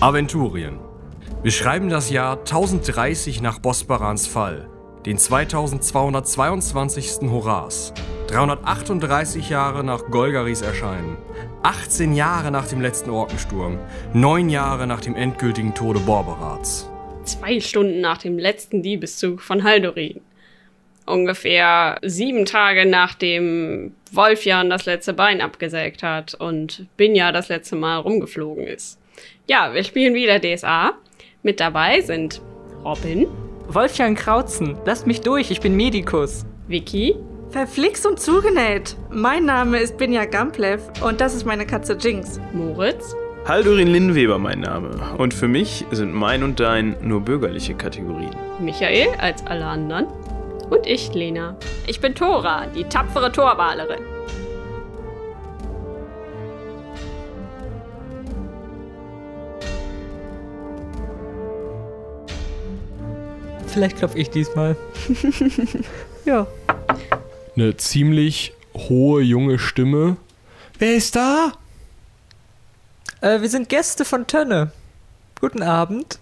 Aventurien. Wir schreiben das Jahr 1030 nach Bosbarans Fall, den 2222. Horas, 338 Jahre nach Golgaris Erscheinen, 18 Jahre nach dem letzten Orkensturm, 9 Jahre nach dem endgültigen Tode Borberats. Zwei Stunden nach dem letzten Diebeszug von Haldorin. Ungefähr sieben Tage nachdem Wolfjan das letzte Bein abgesägt hat und Binja das letzte Mal rumgeflogen ist. Ja, wir spielen wieder DSA. Mit dabei sind Robin, Wolfjan Krautzen, lasst mich durch, ich bin Medikus. Vicky, Verflixt und zugenäht. Mein Name ist Binja Gamplev und das ist meine Katze Jinx. Moritz, Haldurin Linnweber mein Name. Und für mich sind mein und dein nur bürgerliche Kategorien. Michael als alle anderen und ich, Lena. Ich bin Tora, die tapfere Torwalerin. Vielleicht klopfe ich diesmal. ja. Eine ziemlich hohe junge Stimme. Wer ist da? Äh, wir sind Gäste von Tönne. Guten Abend.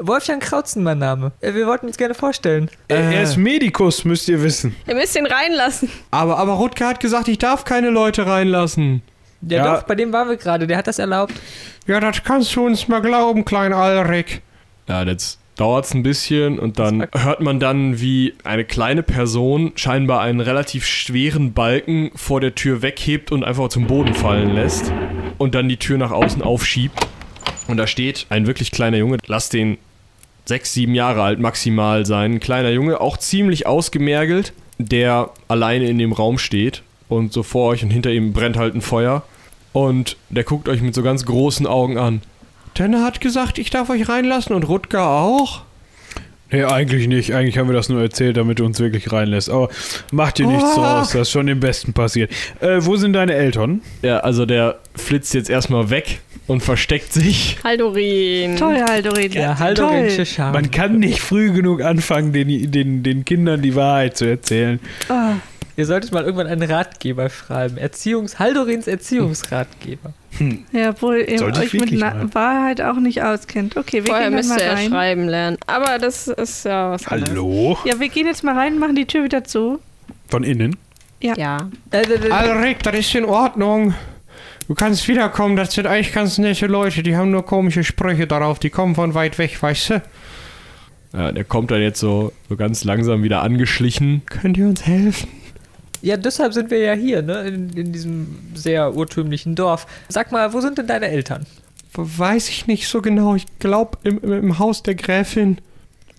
Wolfgang Krautzen, mein Name. Äh, wir wollten uns gerne vorstellen. Äh, Er ist Medikus, müsst ihr wissen. Ihr müsst ihn reinlassen. aber, aber Rutger hat gesagt, ich darf keine Leute reinlassen. Ja, Ja. doch, bei dem waren wir gerade, der hat das erlaubt. Ja, das kannst du uns mal glauben, klein Alrik. Ja, jetzt dauert's ein bisschen und dann hört man dann, wie eine kleine Person scheinbar einen relativ schweren Balken vor der Tür weghebt und einfach zum Boden fallen lässt und dann die Tür nach außen aufschiebt. Und da steht ein wirklich kleiner Junge, lass den sechs, sieben Jahre alt maximal sein, ein kleiner Junge, auch ziemlich ausgemergelt, der alleine in dem Raum steht und so vor euch und hinter ihm brennt halt ein Feuer und der guckt euch mit so ganz großen Augen an. Tenne hat gesagt, ich darf euch reinlassen und Rutger auch? Nee, eigentlich nicht. Eigentlich haben wir das nur erzählt, damit du uns wirklich reinlässt. Aber mach dir nichts Oh. draus, das ist schon dem Besten passiert. Äh, wo sind deine Eltern? Ja, also der flitzt jetzt erstmal weg und versteckt sich. Haldorin. Toll, Haldorin. Der Haldorin Toll. Schichan. Man kann nicht früh genug anfangen, den, den, den Kindern die Wahrheit zu erzählen. Ihr solltet mal irgendwann einen Ratgeber schreiben. Erziehungs Haldorins Erziehungsratgeber. Ja, obwohl ihr Sollte ich euch mit wirklich Na- mal. Wahrheit auch nicht auskennt. Okay, wir Vorher gehen jetzt müsste mal er rein. schreiben lernen. Aber das ist ja was anderes. Hallo? Ja, wir gehen jetzt mal rein, machen die Tür wieder zu. Von innen? Ja. Äh, äh, äh, Alrik, das ist in Ordnung. Du kannst wiederkommen, das sind eigentlich ganz nette Leute, die haben nur komische Sprüche darauf, die kommen von weit weg, weißt du? Ja, der kommt dann jetzt so, so ganz langsam wieder angeschlichen. Könnt ihr uns helfen? ja, deshalb sind wir ja hier, ne? In, in diesem sehr urtümlichen Dorf. Sag mal, wo sind denn deine Eltern? Weiß ich nicht so genau, ich glaube im, im, im Haus der Gräfin.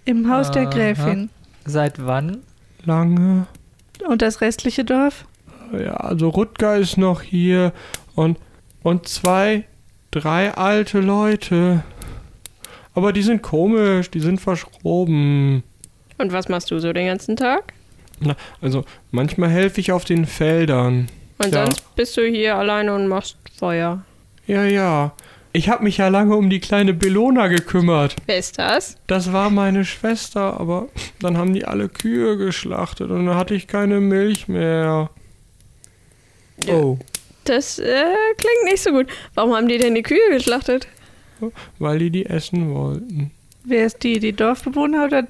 Im Haus der Aha. Gräfin. Seit wann? Lange. Und das restliche Dorf? Ja, also Rutger ist noch hier und, und zwei, drei alte Leute. Aber die sind komisch, die sind verschroben. Und was machst du so den ganzen Tag? Na, also manchmal helfe ich auf den Feldern. Und Ja. sonst bist du hier alleine und machst Feuer. Ja, ja. Ich habe mich ja lange um die kleine Bellona gekümmert. Wer ist das? Das war meine Schwester, aber dann haben die alle Kühe geschlachtet und dann hatte ich keine Milch mehr. Oh. Das äh, klingt nicht so gut. Warum haben die denn die Kühe geschlachtet? Weil die die essen wollten. Wer ist die? Die Dorfbewohner oder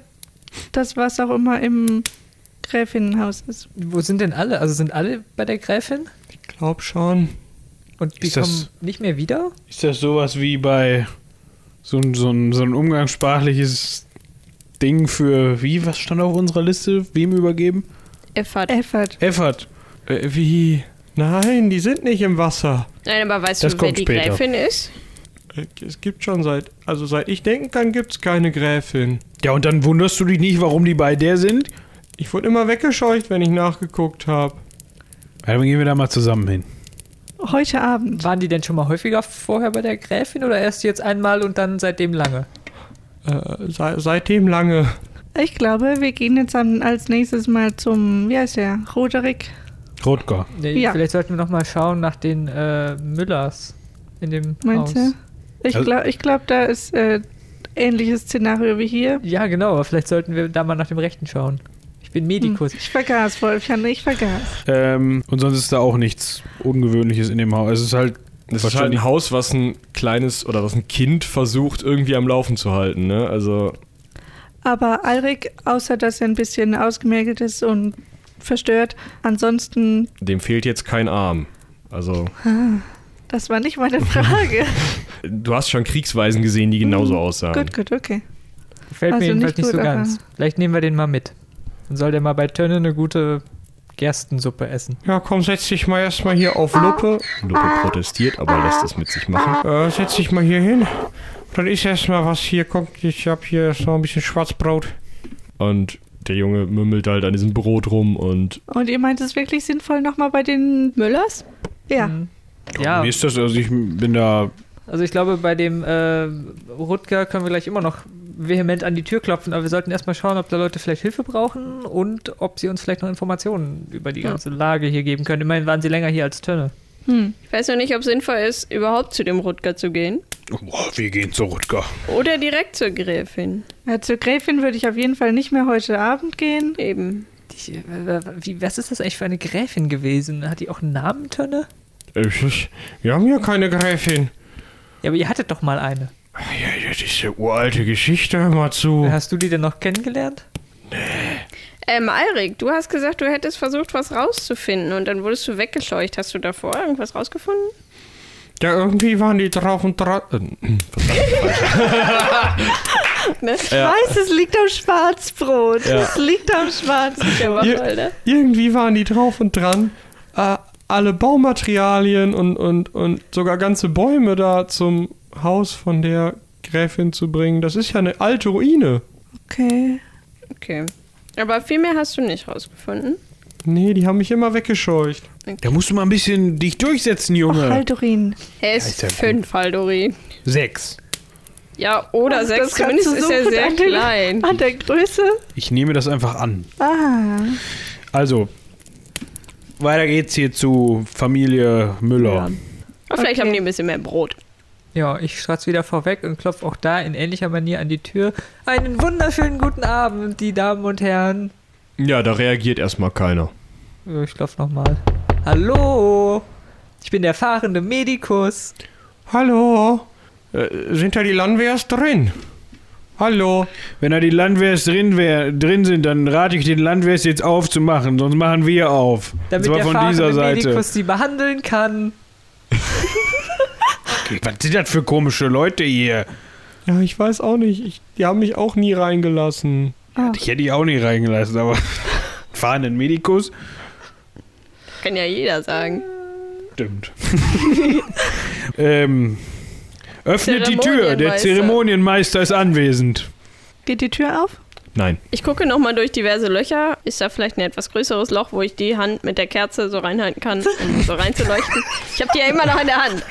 das, was auch immer im Gräfinnenhaus ist? Wo sind denn alle? Also sind alle bei der Gräfin? Ich glaub schon. Und die Ist das- kommen nicht mehr wieder? Ist das sowas wie bei so ein, so ein, so ein umgangssprachliches Ding für, wie, was stand auf unserer Liste? Wem übergeben? Effert. Effert. Effert. Äh, wie? Nein, die sind nicht im Wasser. Nein, aber weißt Das du, wer kommt die später. Gräfin ist? Äh, Es gibt schon seit, also seit ich denken kann, gibt's keine Gräfin. Ja, und dann wunderst du dich nicht, warum die bei der sind? Ich wurde immer weggescheucht, wenn ich nachgeguckt habe. Ja, dann gehen wir da mal zusammen hin. Heute Abend. Waren die denn schon mal häufiger vorher bei der Gräfin oder erst jetzt einmal und dann seitdem lange? Äh, sei, seitdem lange. Ich glaube, wir gehen jetzt am, als nächstes mal zum, wie heißt der? Roderick. Rotger. Nee, Ja. Vielleicht sollten wir nochmal schauen nach den äh, Müllers in dem Meinst Haus. Ich Also- glaube, ich glaub, da ist äh, ähnliches Szenario wie hier. Ja, genau, aber vielleicht sollten wir da mal nach dem Rechten schauen. Ich bin Medikus. Hm. Ich vergaß, Wolfjan, ich vergaß. Ähm, und sonst ist da auch nichts Ungewöhnliches in dem Haus. Es ist halt Das ist halt ein Haus, was ein kleines oder was ein Kind versucht irgendwie am Laufen zu halten, ne? Also Aber Alrik, außer dass er ein bisschen ausgemergelt ist und verstört, ansonsten, dem fehlt jetzt kein Arm. Also das war nicht meine Frage. du hast schon Kriegsweisen gesehen, die genauso aussahen. gut, gut, okay. Gefällt Also mir jedenfalls nicht nicht, so gut, aber- ganz. Vielleicht nehmen wir den mal mit. Dann soll der mal bei Tönne eine gute Gerstensuppe essen. Ja, komm, setz dich mal erstmal hier auf Luppe. Lupe protestiert, aber lässt es mit sich machen. Äh, setz dich mal hier hin. Dann isst erstmal was hier. Komm, ich hab hier erst noch ein bisschen Schwarzbrot. Und der Junge mümmelt halt an diesem Brot rum und Und ihr meint es wirklich sinnvoll nochmal bei den Müllers? Ja. Mhm. Ja, Mir ist das, also ich bin da. also ich glaube, bei dem äh, Rutger können wir gleich immer noch vehement an die Tür klopfen, aber wir sollten erstmal schauen, ob da Leute vielleicht Hilfe brauchen und ob sie uns vielleicht noch Informationen über die ganze Lage hier geben können. Immerhin waren sie länger hier als Tönne. Hm. Ich weiß noch nicht, ob es sinnvoll ist, überhaupt zu dem Rutger zu gehen. Boah, wir gehen zu Rutger. Oder direkt zur Gräfin. Ja, zur Gräfin würde ich auf jeden Fall nicht mehr heute Abend gehen. Eben. Die, äh, wie, was ist das eigentlich für eine Gräfin gewesen? Hat die auch einen Namen, Tönne? Ich, ich, Äh, wir haben hier keine Gräfin. Ja, aber ihr hattet doch mal eine. Ja, das ist eine uralte Geschichte, hör mal zu. Hast du die denn noch kennengelernt? Ähm, Alrik, du hast gesagt, du hättest versucht, was rauszufinden und dann wurdest du weggescheucht. Hast du davor irgendwas rausgefunden? Ja, irgendwie waren die drauf und dran. Äh, Ne? Äh, Ich weiß, es liegt am Schwarzbrot. Es liegt am Schwarzbrot. Ir- irgendwie waren die drauf und dran, äh, alle Baumaterialien und, und, und sogar ganze Bäume da zum Haus von der Gräfin zu bringen. Das ist ja eine alte Ruine. Okay. Okay. Aber viel mehr hast du nicht rausgefunden. Nee, die haben mich immer weggescheucht. Da musst du mal ein bisschen dich durchsetzen, Och, Junge. halt. Haldurin. Er ist fünf, Haldori. Sechs. Ja, oder Ach, sechs. das kannst Zumindest du ist so er Ah, gut sehr an den- klein. An der Größe? Ich nehme das einfach an. Ah. Also, weiter geht's hier zu Familie Müller. Aber vielleicht Okay. haben die ein bisschen mehr Brot. Ja, ich schratz wieder vorweg und klopfe auch da in ähnlicher Manier an die Tür. Einen wunderschönen guten Abend, die Damen und Herren. ja, da reagiert erstmal keiner. Ja, Äh, Ich klopfe nochmal. Hallo, ich bin der fahrende Medikus. Hallo? Äh, sind da die Landwehrs drin? Hallo? Wenn da die Landwehrs drin, wär, drin sind, dann rate ich den Landwehrs jetzt aufzumachen, sonst machen wir auf. Damit und der zwar von dieser fahrende Seite. Medikus sie behandeln kann. Was sind das für komische Leute hier? Ja, ich weiß auch nicht. Ich, die haben mich auch nie reingelassen. Ich hätte die auch nicht reingelassen, aber fahrenden Medikus? Kann ja jeder sagen. Stimmt. ähm, öffnet die Tür, der Zeremonienmeister. Zeremonienmeister ist anwesend. Geht die Tür auf? Nein. Ich gucke nochmal durch diverse Löcher. Ist da vielleicht ein etwas größeres Loch, wo ich die Hand mit der Kerze so reinhalten kann, um so reinzuleuchten? Ich habe die ja immer noch in der Hand.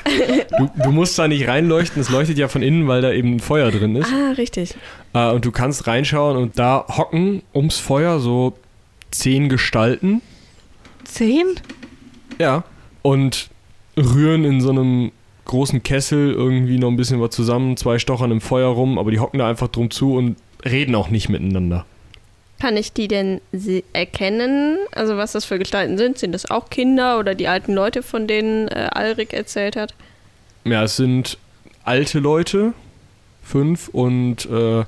Du, du musst da nicht reinleuchten, es leuchtet ja von innen, weil da eben ein Feuer drin ist. Ah, richtig. Äh, und du kannst reinschauen und da hocken ums Feuer so zehn Gestalten. Zehn? Ja. Und rühren in so einem großen Kessel irgendwie noch ein bisschen was zusammen, zwei stochern im Feuer rum, aber die hocken da einfach drum zu und reden auch nicht miteinander. Kann ich die denn se- erkennen? Also was das für Gestalten sind? Sind das auch Kinder oder die alten Leute, von denen äh, Alrik erzählt hat? Ja, es sind alte Leute, fünf, und äh,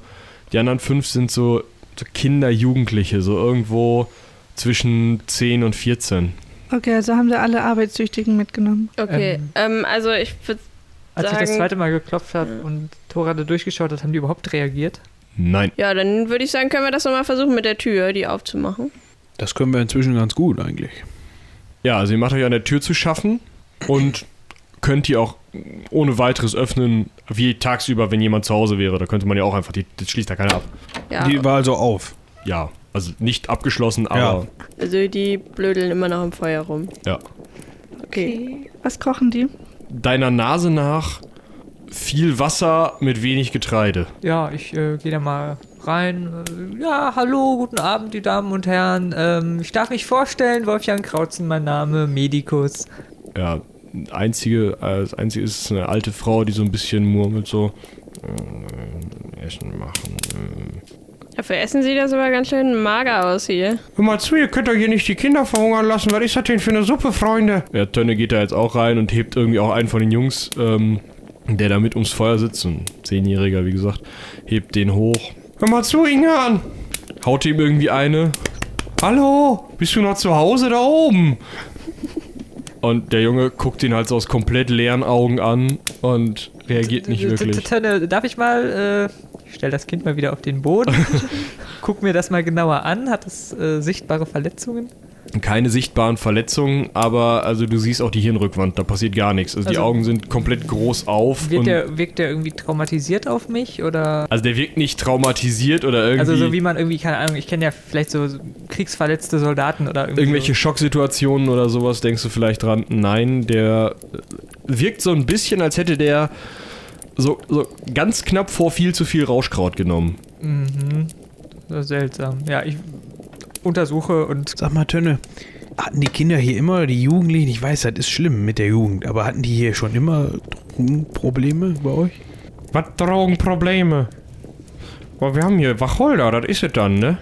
die anderen fünf sind so, so Kinder, Jugendliche, so irgendwo zwischen 10 und 14. Okay, also haben sie alle Arbeitssüchtigen mitgenommen. Okay, Ähm. ähm, also ich würde Als ich das Sagen- zweite Mal geklopft habe und Thora da durchgeschaut hat, haben die überhaupt reagiert? Nein. Ja, dann würde ich sagen, können wir das nochmal versuchen mit der Tür, die aufzumachen. Das können wir inzwischen ganz gut eigentlich. Ja, also ihr macht euch an der Tür zu schaffen und könnt die auch ohne weiteres öffnen, wie tagsüber, wenn jemand zu Hause wäre. Da könnte man ja auch einfach, die, das schließt da keiner ab. Ja, Die war also auf. Ja, also nicht abgeschlossen, aber also die blödeln immer noch im Feuer rum. ja. Okay. Was kochen die? Deiner Nase nach viel Wasser mit wenig Getreide. Ja, ich äh, gehe da mal rein. Äh, Ja, hallo, guten Abend, die Damen und Herren. Ähm, ich darf mich vorstellen, Wolfgang Krautzen, mein Name, Medikus. Ja, einzige, äh, das einzige ist eine alte Frau, die so ein bisschen murmelt so. äh, Essen machen. äh, Dafür essen sie das aber ganz schön mager aus hier. Hör mal zu, ihr könnt doch hier nicht die Kinder verhungern lassen. Was ist das denn für eine Suppe, Freunde? Ja, Tönne geht da jetzt auch rein und hebt irgendwie auch einen von den Jungs, ähm, der da mit ums Feuer sitzt, ein Zehnjähriger, wie gesagt, hebt den hoch, Hör mal zu, Ingan. haut ihm irgendwie eine Hallo, bist du noch zu Hause da oben? und der Junge guckt ihn halt so aus komplett leeren Augen an und reagiert nicht wirklich. Äh, Tönne, darf ich mal, äh, ich stell das Kind mal wieder auf den Boden, guck mir das mal genauer an, hat es äh, sichtbare Verletzungen? Keine sichtbaren Verletzungen, aber also du siehst auch die Hirnrückwand, da passiert gar nichts. Also, die Also- Augen sind komplett groß auf Wirkt und der, wirkt der irgendwie traumatisiert auf mich oder? also der wirkt nicht traumatisiert oder irgendwie Also so wie man irgendwie, keine Ahnung, ich kenne ja vielleicht so kriegsverletzte Soldaten oder irgendwie irgendwelche so. Schocksituationen oder sowas denkst du vielleicht dran. Nein, der äh, wirkt so ein bisschen, als hätte der so, so ganz knapp vor viel zu viel Rauschkraut genommen. Mhm. So seltsam. Ja, ich untersuche und Sag mal, Tönne, hatten die Kinder hier immer oder die Jugendlichen, ich weiß, das ist schlimm mit der Jugend, aber hatten die hier schon immer Drogenprobleme bei euch? Was Drogenprobleme? Boah, wir haben hier Wacholder, das ist es dann, ne?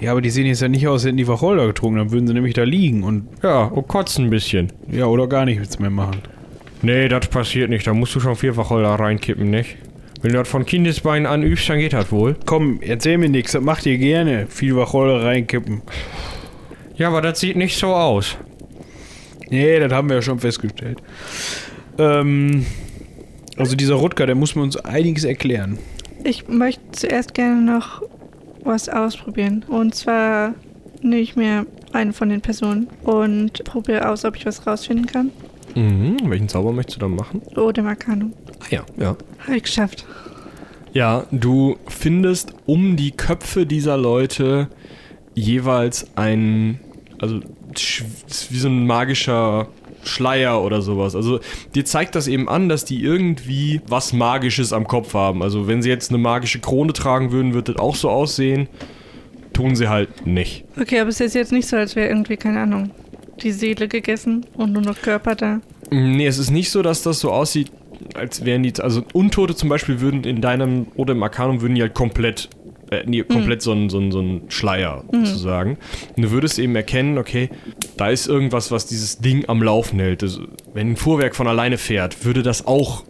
Ja, aber die sehen jetzt ja nicht aus, als hätten die Wacholder getrunken, dann würden sie nämlich da liegen und Ja, und kotzen ein bisschen. ja, oder gar nichts mehr machen. Nee, das passiert nicht. Da musst du schon viel Wacholder reinkippen, nicht? Wenn du das von Kindesbeinen an übst, dann geht das wohl. Komm, erzähl mir nichts, das macht ihr gerne. Viel Wacholder reinkippen. Ja, aber das sieht nicht so aus. Nee, das haben wir ja schon festgestellt. Ähm, also dieser Rutger, der muss mir uns einiges erklären. Ich möchte zuerst gerne noch was ausprobieren. Und zwar nehme ich mir eine von den Personen und probiere aus, ob ich was rausfinden kann. Mhm, welchen Zauber möchtest du dann machen? Oh, der Marcano. Ah ja, ja. Habe ich geschafft. Ja, du findest um die Köpfe dieser Leute jeweils ein, also sch- wie so ein magischer Schleier oder sowas. Also dir zeigt das eben an, dass die irgendwie was Magisches am Kopf haben. Also wenn sie jetzt eine magische Krone tragen würden, würde das auch so aussehen. Tun sie halt nicht. Okay, aber es ist jetzt nicht so, als wäre irgendwie, keine Ahnung, die Seele gegessen und nur noch Körper da. Nee, es ist nicht so, dass das so aussieht, als wären die, also Untote zum Beispiel würden in deinem oder im Arcanum würden die halt komplett, äh, nee, komplett so ein so ein so ein Schleier sozusagen. Und du würdest eben erkennen, okay, da ist irgendwas, was dieses Ding am Laufen hält. Also, wenn ein Fuhrwerk von alleine fährt, würde das auch,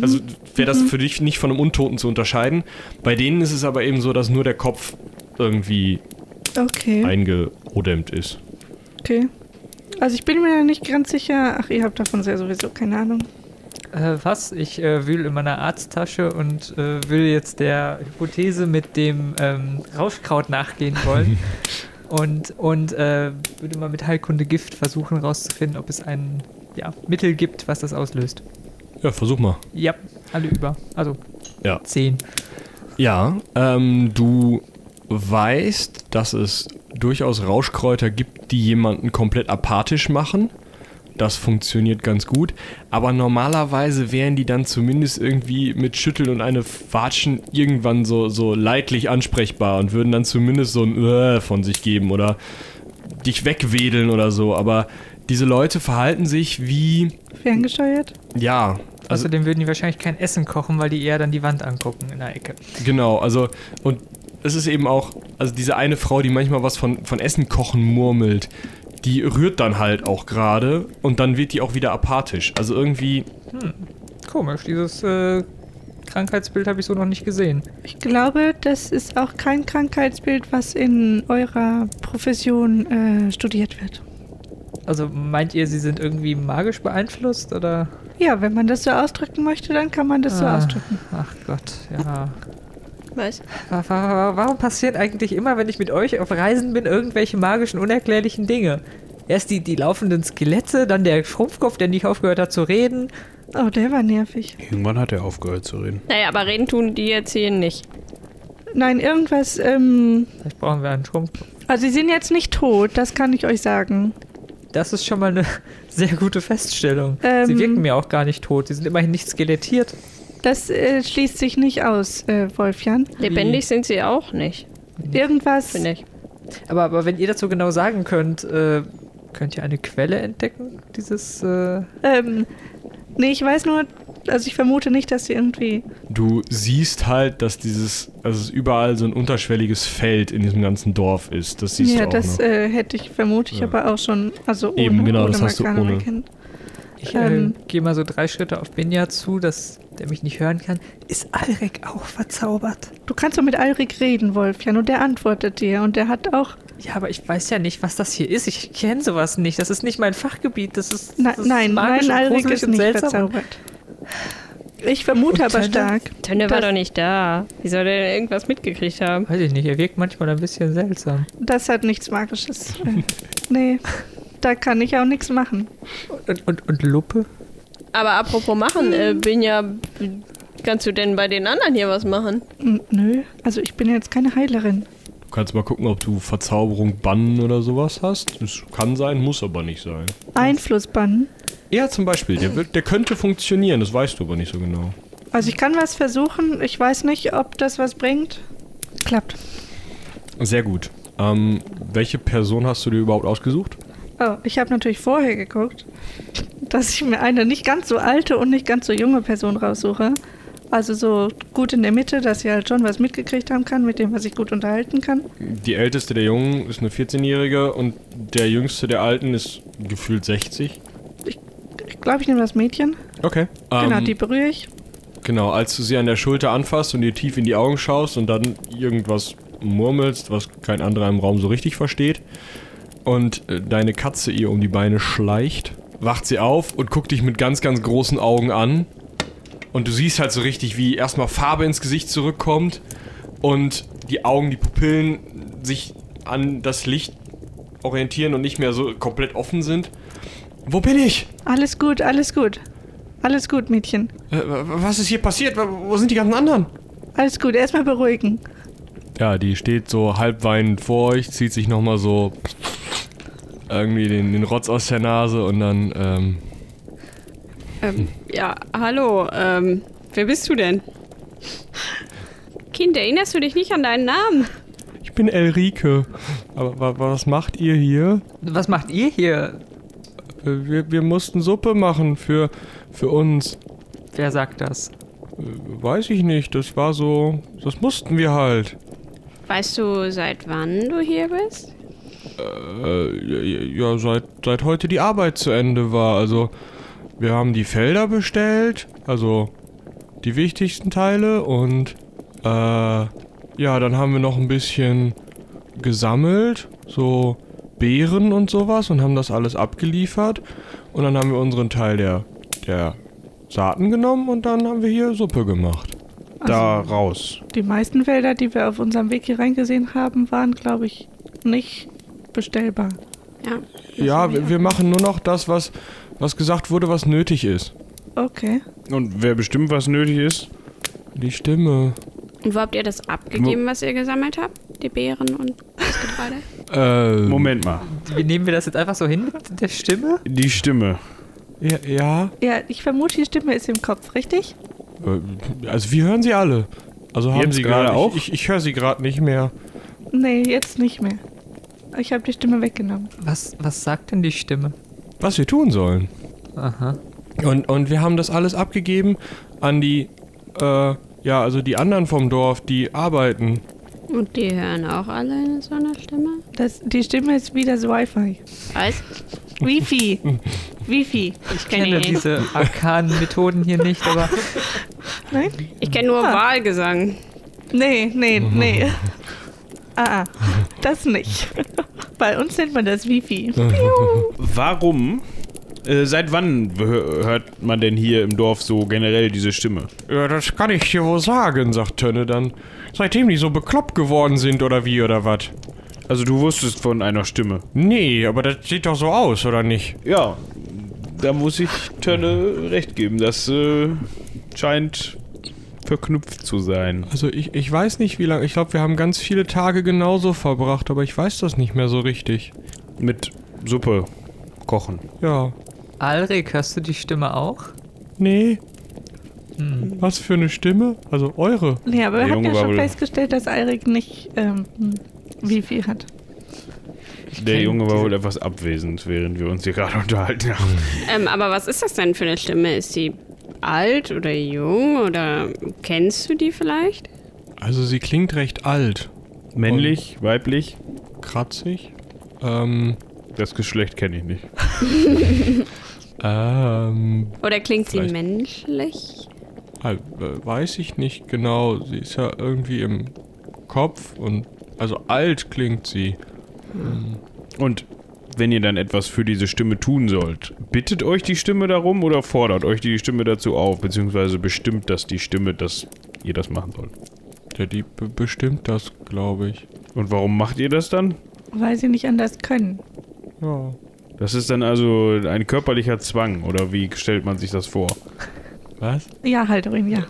also wäre das für dich nicht von einem Untoten zu unterscheiden. Bei denen ist es aber eben so, dass nur der Kopf irgendwie Okay, eingeodämmt ist. okay. Also ich bin mir da nicht ganz sicher. Ach, ihr habt davon sehr sowieso keine Ahnung. äh, was? Ich äh, wühle in meiner Arzttasche und äh, will jetzt der Hypothese mit dem ähm, Rauschkraut nachgehen wollen. und und äh, würde mal mit Heilkunde Gift versuchen rauszufinden, ob es ein ja, Mittel gibt, was das auslöst. Ja, versuch mal. Ja, alle über. Also Ja. zehn. Ja, ähm, du weißt, dass es durchaus Rauschkräuter gibt, die jemanden komplett apathisch machen. Das funktioniert ganz gut. Aber normalerweise wären die dann zumindest irgendwie mit Schütteln und eine Watschen irgendwann so, so leidlich ansprechbar und würden dann zumindest so ein äh von sich geben oder dich wegwedeln oder so. Aber diese Leute verhalten sich wie, Ferngesteuert? ja. Also Außerdem würden die wahrscheinlich kein Essen kochen, weil die eher dann die Wand angucken in der Ecke. Genau, also und es ist eben auch, also diese eine Frau, die manchmal was von, von Essen kochen murmelt, die rührt dann halt auch gerade und dann wird die auch wieder apathisch. Also irgendwie, Komisch, dieses äh, Krankheitsbild habe ich so noch nicht gesehen. Ich glaube, das ist auch kein Krankheitsbild, was in eurer Profession äh, studiert wird. Also meint ihr, sie sind irgendwie magisch beeinflusst oder? Ja, wenn man das so ausdrücken möchte, dann kann man das so Ah, ausdrücken. Ach Gott, ja. Was? Wa- wa- wa- Warum passieren eigentlich immer, wenn ich mit euch auf Reisen bin, irgendwelche magischen, unerklärlichen Dinge? Erst die, die laufenden Skelette, dann der Schrumpfkopf, der nicht aufgehört hat zu reden. Oh, der war nervig. Irgendwann hat er aufgehört zu reden. Naja, aber reden tun die jetzt hier nicht. Nein, irgendwas, ähm, Vielleicht brauchen wir einen Schrumpfkopf. also sie sind jetzt nicht tot, das kann ich euch sagen. Das ist schon mal eine sehr gute Feststellung. Ähm. sie wirken mir auch gar nicht tot. Sie sind immerhin nicht skelettiert. Das äh, schließt sich nicht aus, äh, Wolfjan. Lebendig sind sie auch nicht, Mhm. Irgendwas, finde ich. Aber, aber wenn ihr dazu genau sagen könnt, äh, könnt ihr eine Quelle entdecken, dieses... Äh, ähm, nee, ich weiß nur, Also ich vermute nicht, dass sie irgendwie. Du siehst halt, dass dieses, also es überall so ein unterschwelliges Feld in diesem ganzen Dorf ist. Das siehst ja, du auch ne? das noch. äh, hätte ich vermute ich Ja. aber auch schon. Also ohne, Eben, genau, ohne das hast du Markana ohne. erkennt. Ich Ähm. äh, gehe mal so drei Schritte auf Benja zu, dass der mich nicht hören kann. Ist Alrek auch verzaubert? Du kannst doch mit Alrik reden, Wolfjan, und der antwortet dir. Und der hat auch. Ja, aber ich weiß ja nicht, was das hier ist. Ich kenne sowas nicht. Das ist nicht mein Fachgebiet. Das ist, Na, das ist nein, magisch und nein, Alrik gruselig ist und nicht seltsam. verzaubert. Ich vermute aber stark. Tönne war Das- doch nicht da. Wie soll der denn irgendwas mitgekriegt haben? Weiß ich nicht, er wirkt manchmal ein bisschen seltsam. Das hat nichts Magisches. Äh, nee, da kann ich auch nichts machen. Und, und, und Luppe? Aber apropos machen, äh, Hm. bin ja. Kannst du denn bei den anderen hier was machen? N- Nö, also ich bin ja jetzt keine Heilerin. Du kannst mal gucken, ob du Verzauberung, Bannen oder sowas hast. Das kann sein, muss aber nicht sein. Einfluss bannen. Ja, zum Beispiel, der, wird, der könnte funktionieren, das weißt du aber nicht so genau. Also ich kann was versuchen. Ich weiß nicht, ob das was bringt. Klappt. Sehr gut. Ähm, welche Person hast du dir überhaupt ausgesucht? Oh, ich habe natürlich vorher geguckt, dass ich mir eine nicht ganz so alte und nicht ganz so junge Person raussuche. Also so gut in der Mitte, dass sie halt schon was mitgekriegt haben kann, mit dem, was ich gut unterhalten kann. Die älteste der Jungen ist eine 14-Jährige und der jüngste der Alten ist gefühlt 60. Ich glaube, ich nehme das Mädchen. Okay. genau, die berühre ich. Genau, als du sie an der Schulter anfasst und ihr tief in die Augen schaust und dann irgendwas murmelst, was kein anderer im Raum so richtig versteht, und äh, deine Katze ihr um die Beine schleicht, wacht sie auf und guckt dich mit ganz, ganz großen Augen an. Und du siehst halt so richtig, wie erstmal Farbe ins Gesicht zurückkommt und die Augen, die Pupillen sich an das Licht orientieren und nicht mehr so komplett offen sind. Wo bin ich? Alles gut, alles gut. Alles gut, Mädchen. Äh, w- Was ist hier passiert? W- Wo sind die ganzen anderen? Alles gut, erstmal beruhigen. Ja, die steht so halb weinend vor euch, zieht sich nochmal so irgendwie den, den Rotz aus der Nase und dann, ähm, Ähm, ja, hallo, ähm, wer bist du denn? Kind, erinnerst du dich nicht an deinen Namen? Ich bin Elrike. Aber wa, wa- was macht ihr hier? Was macht ihr hier? Äh, Wir, wir mussten Suppe machen für, für uns. Wer sagt das? Weiß ich nicht, das war so. Das mussten wir halt. Weißt du, seit wann du hier bist? Äh, ja, ja, seit, seit heute die Arbeit zu Ende war. Also, wir haben die Felder bestellt, also die wichtigsten Teile und äh, ja, dann haben wir noch ein bisschen gesammelt, so Beeren und sowas und haben das alles abgeliefert und dann haben wir unseren Teil der, der Saaten genommen und dann haben wir hier Suppe gemacht. Da raus. Die meisten Wälder, die wir auf unserem Weg hier reingesehen haben, waren, glaube ich, nicht bestellbar. Ja. Ja, wir, wir machen nur noch das, was, was gesagt wurde, was nötig ist. Okay. Und wer bestimmt, was nötig ist? Die Stimme. Und wo habt ihr das abgegeben, was ihr gesammelt habt? Die Beeren und das Getreide? Ähm. Moment mal. Wie nehmen wir das jetzt einfach so hin mit der Stimme? Die Stimme. Ja, ja. Ja, ich vermute, die Stimme ist im Kopf, richtig? Äh, Also wir hören sie alle. Also haben Jetzt sie gerade gerade auch? Ich, ich, ich höre sie gerade nicht mehr. Nee, jetzt nicht mehr. Ich habe die Stimme weggenommen. Was, was sagt denn die Stimme? Was wir tun sollen. Aha. Und, und wir haben das alles abgegeben an die, äh, ja, also die anderen vom Dorf, die arbeiten. Und die hören auch alle in so einer Stimme? Das, die Stimme ist wie das Wi-Fi. Was? Wifi. Wifi. Ich kenne kenne ihn. diese arkanen Methoden hier nicht, aber Nein? Ich kenne nur Wahlgesang. Nee, nee, nee. Ah, ah, das nicht. Bei uns nennt man das Wifi. Warum? Äh, seit wann hö- hört man denn hier im Dorf so generell diese Stimme? Ja, das kann ich dir wohl sagen, sagt Tönne dann. Seitdem die so bekloppt geworden sind oder wie oder was. Also du wusstest von einer Stimme. Nee, aber das sieht doch so aus, oder nicht? Ja, da muss ich Tönne recht geben. Das äh, scheint verknüpft zu sein. Also ich, ich weiß nicht wie lange. Ich glaube, wir haben ganz viele Tage genauso verbracht, aber ich weiß das nicht mehr so richtig. Mit Suppe kochen. Ja. Alrik, hörst du die Stimme auch? Nee. Was für eine Stimme? Also eure. Ja, aber Der wir hatten Junge ja war schon wohl- festgestellt, dass Eirik nicht ähm, Wifi hat. Der Junge war wohl etwas abwesend, während wir uns hier gerade unterhalten haben. Ähm, aber was ist das denn für eine Stimme? Ist sie alt oder jung oder kennst du die vielleicht? Also sie klingt recht alt. Männlich, weiblich? Kratzig? Ähm, Das Geschlecht kenne ich nicht. ähm, Oder klingt Vielleicht. sie menschlich? äh, weiß ich nicht genau. Sie ist ja irgendwie im Kopf und also alt klingt sie. Und wenn ihr dann etwas für diese Stimme tun sollt, bittet euch die Stimme darum oder fordert euch die Stimme dazu auf, beziehungsweise bestimmt das die Stimme, dass ihr das machen sollt. Der Dieb be- bestimmt das, glaube ich. Und warum macht ihr das dann? Weil sie nicht anders können. Ja. Das ist dann also ein körperlicher Zwang oder wie stellt man sich das vor? Was? Ja, Haldorin, ja.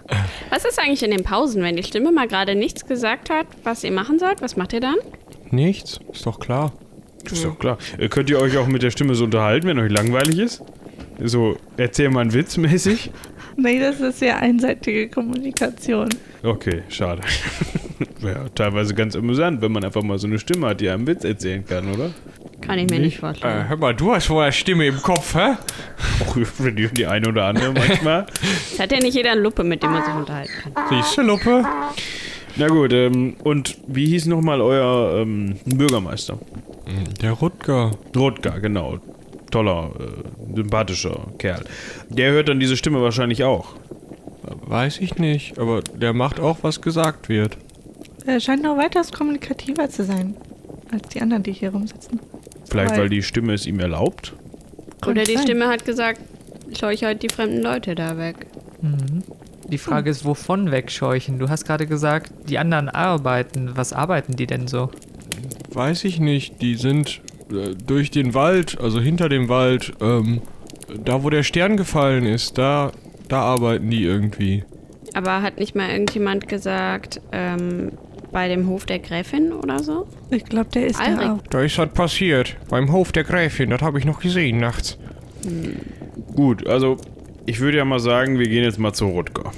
Was ist eigentlich in den Pausen, wenn die Stimme mal gerade nichts gesagt hat, was ihr machen sollt? Was macht ihr dann? Nichts? Ist doch klar. Ist doch klar. Äh, könnt ihr euch auch mit der Stimme so unterhalten, wenn euch langweilig ist? So, erzähl mal einen Witz mäßig? Nee, das ist sehr einseitige Kommunikation. Okay, schade. Wäre teilweise ganz amüsant, wenn man einfach mal so eine Stimme hat, die einem Witz erzählen kann, oder? Kann ich mir nicht vorstellen. Äh, hör mal, du hast wohl eine Stimme im Kopf, hä? Auch für die, die eine oder andere manchmal. Es hat ja nicht jeder eine Luppe, mit dem man sich unterhalten kann. Siehst du, Luppe? Na gut, ähm, und wie hieß nochmal euer ähm, Bürgermeister? Der Rutger. Rodka, genau. Toller, äh, sympathischer Kerl. Der hört dann diese Stimme wahrscheinlich auch. Weiß ich nicht, aber der macht auch, was gesagt wird. Er Äh, scheint noch weitaus kommunikativer zu sein als die anderen, die hier rumsitzen. Vielleicht, Weil- weil die Stimme es ihm erlaubt. Oder Kann die sein. Stimme hat gesagt, scheuch halt die fremden Leute da weg. Die Frage ist, wovon wegscheuchen? Du hast gerade gesagt, die anderen arbeiten. Was arbeiten die denn so? Weiß ich nicht, die sind äh, durch den Wald, also hinter dem Wald, ähm, da wo der Stern gefallen ist, da, da arbeiten die irgendwie. Aber hat nicht mal irgendjemand gesagt, ähm, bei dem Hof der Gräfin oder so? Ich glaube, der ist Alrik. ja auch. Da ist was passiert. Beim Hof der Gräfin, das habe ich noch gesehen nachts. Gut, also ich würde ja mal sagen, wir gehen jetzt mal zu Rodka.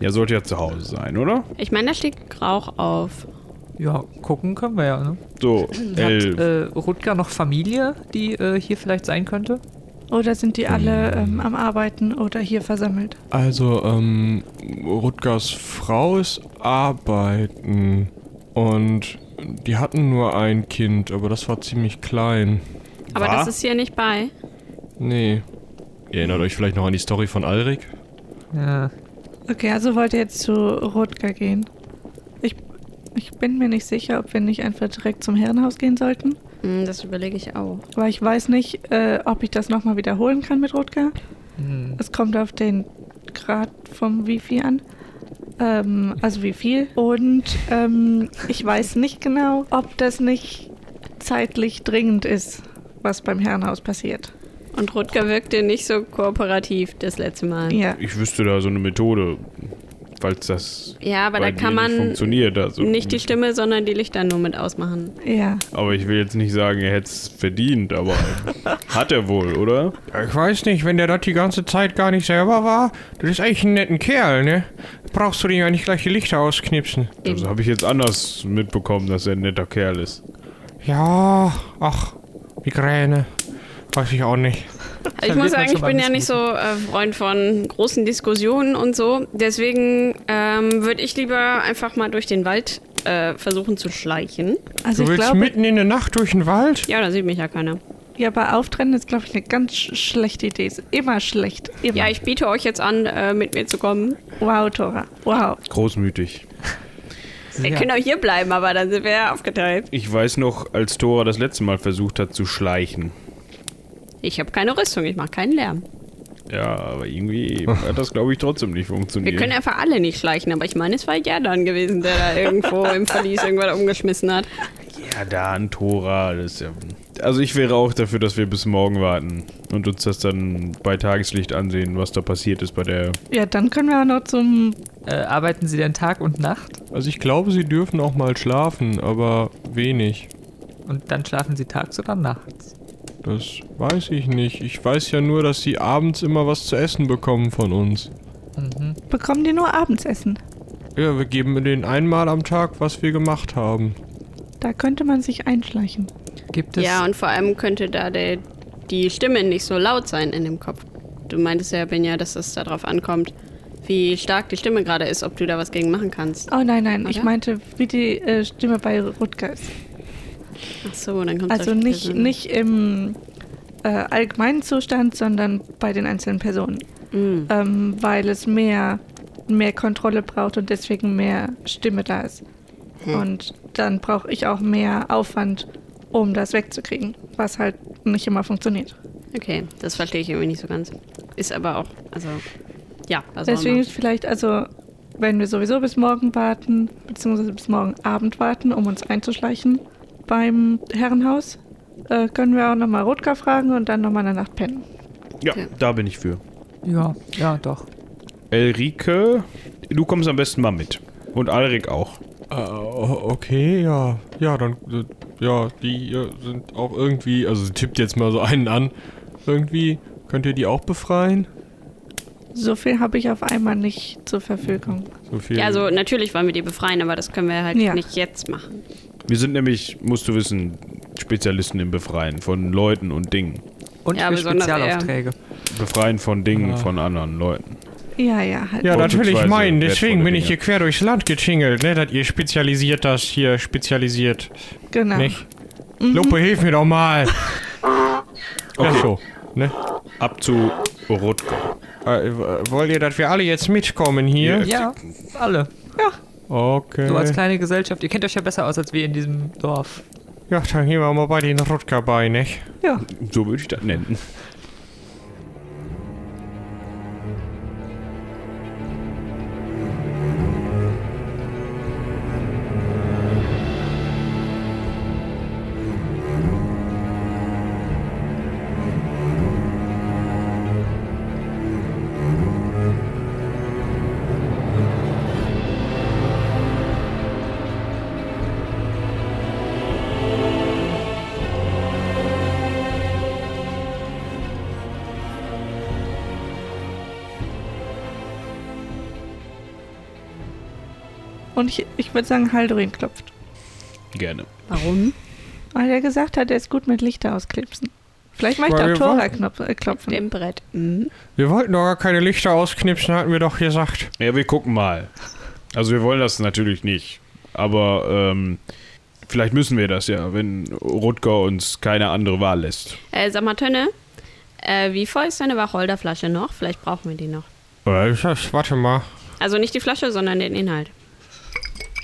Er sollte ja zu Hause sein, oder? Ich meine, da steht Rauch auf. Ja, gucken können wir ja. Ne? So, Hat elf. äh, Rutger noch Familie, die äh, hier vielleicht sein könnte? Oder sind die alle ähm, am Arbeiten oder hier versammelt? Also, ähm, Rutgers Frau ist arbeiten und die hatten nur ein Kind, aber das war ziemlich klein. Aber War? das ist hier nicht bei. Nee. Ihr erinnert euch vielleicht noch an die Story von Alrik? Ja. Okay, also wollt ihr jetzt zu Rodger gehen? Ich, ich bin mir nicht sicher, ob wir nicht einfach direkt zum Herrenhaus gehen sollten. Hm, das überlege ich auch. Weil ich weiß nicht, äh, ob ich das nochmal wiederholen kann mit Rodger. Hm. Es kommt auf den Grad vom Wifi an. Ähm, also wie viel. Und ähm, ich weiß nicht genau, ob das nicht zeitlich dringend ist, was beim Herrenhaus passiert. Und Rutger wirkte nicht so kooperativ das letzte Mal. Ja. Ich wüsste da so eine Methode, falls das Ja, aber bei dir da kann nicht man funktioniert. Also, nicht die Stimme, sondern die Lichter nur mit ausmachen. Ja. aber ich will jetzt nicht sagen, er hätte es verdient, aber hat er wohl, oder? Ich weiß nicht, wenn der das die ganze Zeit gar nicht selber war, das ist eigentlich ein netten Kerl, ne? Brauchst du dir ja nicht gleich die Lichter ausknipsen. Das habe ich jetzt anders mitbekommen, dass er ein netter Kerl ist. Ja, ach, Migräne. Weiß ich auch nicht. Also ich muss Verliert man sagen, schon ich beim bin ja nicht so äh, Freund von großen Diskussionen und so. Deswegen ähm, würde ich lieber einfach mal durch den Wald äh, versuchen zu schleichen. Du Also ich willst glaube, mitten in der Nacht durch den Wald? Ja, da sieht mich ja keiner. ja, bei Auftrennen ist, glaube ich, eine ganz sch schlechte Idee. Ist immer schlecht. Immer. Ja, ich biete euch jetzt an, äh, mit mir zu kommen. wow, Tora. Wow. Großmütig. Wir können auch hier bleiben, aber dann sind wir ja aufgeteilt. Ich weiß noch, als Thora das letzte Mal versucht hat zu schleichen. Ich habe keine Rüstung, ich mache keinen Lärm. Ja, aber irgendwie hat das, glaube ich, trotzdem nicht Wir funktioniert. können einfach alle nicht schleichen, aber ich meine, es war Jerdan gewesen, der da irgendwo im Verlies irgendwas umgeschmissen hat. ja, da an Tora. Das ist ja also ich wäre auch dafür, dass wir bis morgen warten und uns das dann bei Tageslicht ansehen, was da passiert ist bei der... Ja, dann können wir auch noch zum. Äh, arbeiten sie denn Tag und Nacht? Also ich glaube, sie dürfen auch mal schlafen, aber wenig. Und dann schlafen sie tags oder nachts? Das weiß ich nicht. Ich weiß ja nur, dass sie abends immer was zu essen bekommen von uns. Bekommen die nur Abendsessen? Ja, wir geben denen einmal am Tag, was wir gemacht haben. Da könnte man sich einschleichen. Gibt es, ja, und vor allem könnte da der, die Stimme nicht so laut sein in dem Kopf. Du meintest ja, Benja, dass es darauf ankommt, wie stark die Stimme gerade ist, ob du da was gegen machen kannst. Oh nein, nein, ich Oder? meinte, wie die äh, Stimme bei Rutger ist. Ach so, dann kommt Also nicht, nicht im äh, allgemeinen Zustand, sondern bei den einzelnen Personen. Hm. Ähm, weil es mehr, mehr Kontrolle braucht und deswegen mehr Stimme da ist. Und dann brauche ich auch mehr Aufwand, um das wegzukriegen, was halt nicht immer funktioniert. Okay, das verstehe ich irgendwie nicht so ganz. Ist aber auch, also, ja. Was auch Deswegen immer. ist vielleicht, also, wenn wir sowieso bis morgen warten, beziehungsweise bis morgen Abend warten, um uns einzuschleichen beim Herrenhaus, äh, können wir auch nochmal Rotgar fragen und dann nochmal eine Nacht pennen. Ja, da bin ich für. Ja, ja, doch. Elrike, du kommst am besten mal mit. Und Alrik auch. Ah, Oh, okay, ja. Ja, dann. äh, Ja, die äh, sind auch irgendwie. Also, sie tippt jetzt mal so einen an. Irgendwie. Könnt ihr die auch befreien? So viel habe ich auf einmal nicht zur Verfügung. So viel. Ja, also natürlich wollen wir die befreien, aber das können wir halt Ja. nicht jetzt machen. Wir sind nämlich, musst du wissen, Spezialisten im Befreien von Leuten und Dingen. Und Ja, für besonders eher. Spezialaufträge. Befreien von Dingen von anderen Leuten. Ja, ja, halt. Ja, natürlich Vorzugsweise meinen. wertvolle Deswegen bin ich Dinge. hier quer durchs Land getingelt, ne? Dass ihr spezialisiert das hier spezialisiert. genau. Nicht? Mhm. Lupe, hilf mir doch mal. Okay. Ja, so. Ne? Ab zu Rutger. Äh, w- wollt ihr, dass wir alle jetzt mitkommen hier? Ja, alle. Okay. So als kleine Gesellschaft. Ihr kennt euch ja besser aus als wir in diesem Dorf. Ja, dann gehen wir mal bei den Rutger bei, ne? So würde ich das nennen. Und ich, ich würde sagen, Haldorin klopft. Gerne. Warum? Weil er gesagt hat, er ist gut mit Lichter ausknipsen. Vielleicht mache ich Weil auch wir Tora knopf, äh, klopfen. Dem Brett. Mhm. Wir wollten doch gar keine Lichter ausknipsen, hatten wir doch gesagt. Ja, wir gucken mal. Also wir wollen das natürlich nicht. Aber ähm, vielleicht müssen wir das ja, wenn Rutger uns keine andere Wahl lässt. Äh, sag mal, Tönne, äh, wie voll ist deine Wacholderflasche noch? Vielleicht brauchen wir die noch. Äh, ist das- Warte mal. Also nicht die Flasche, sondern den Inhalt.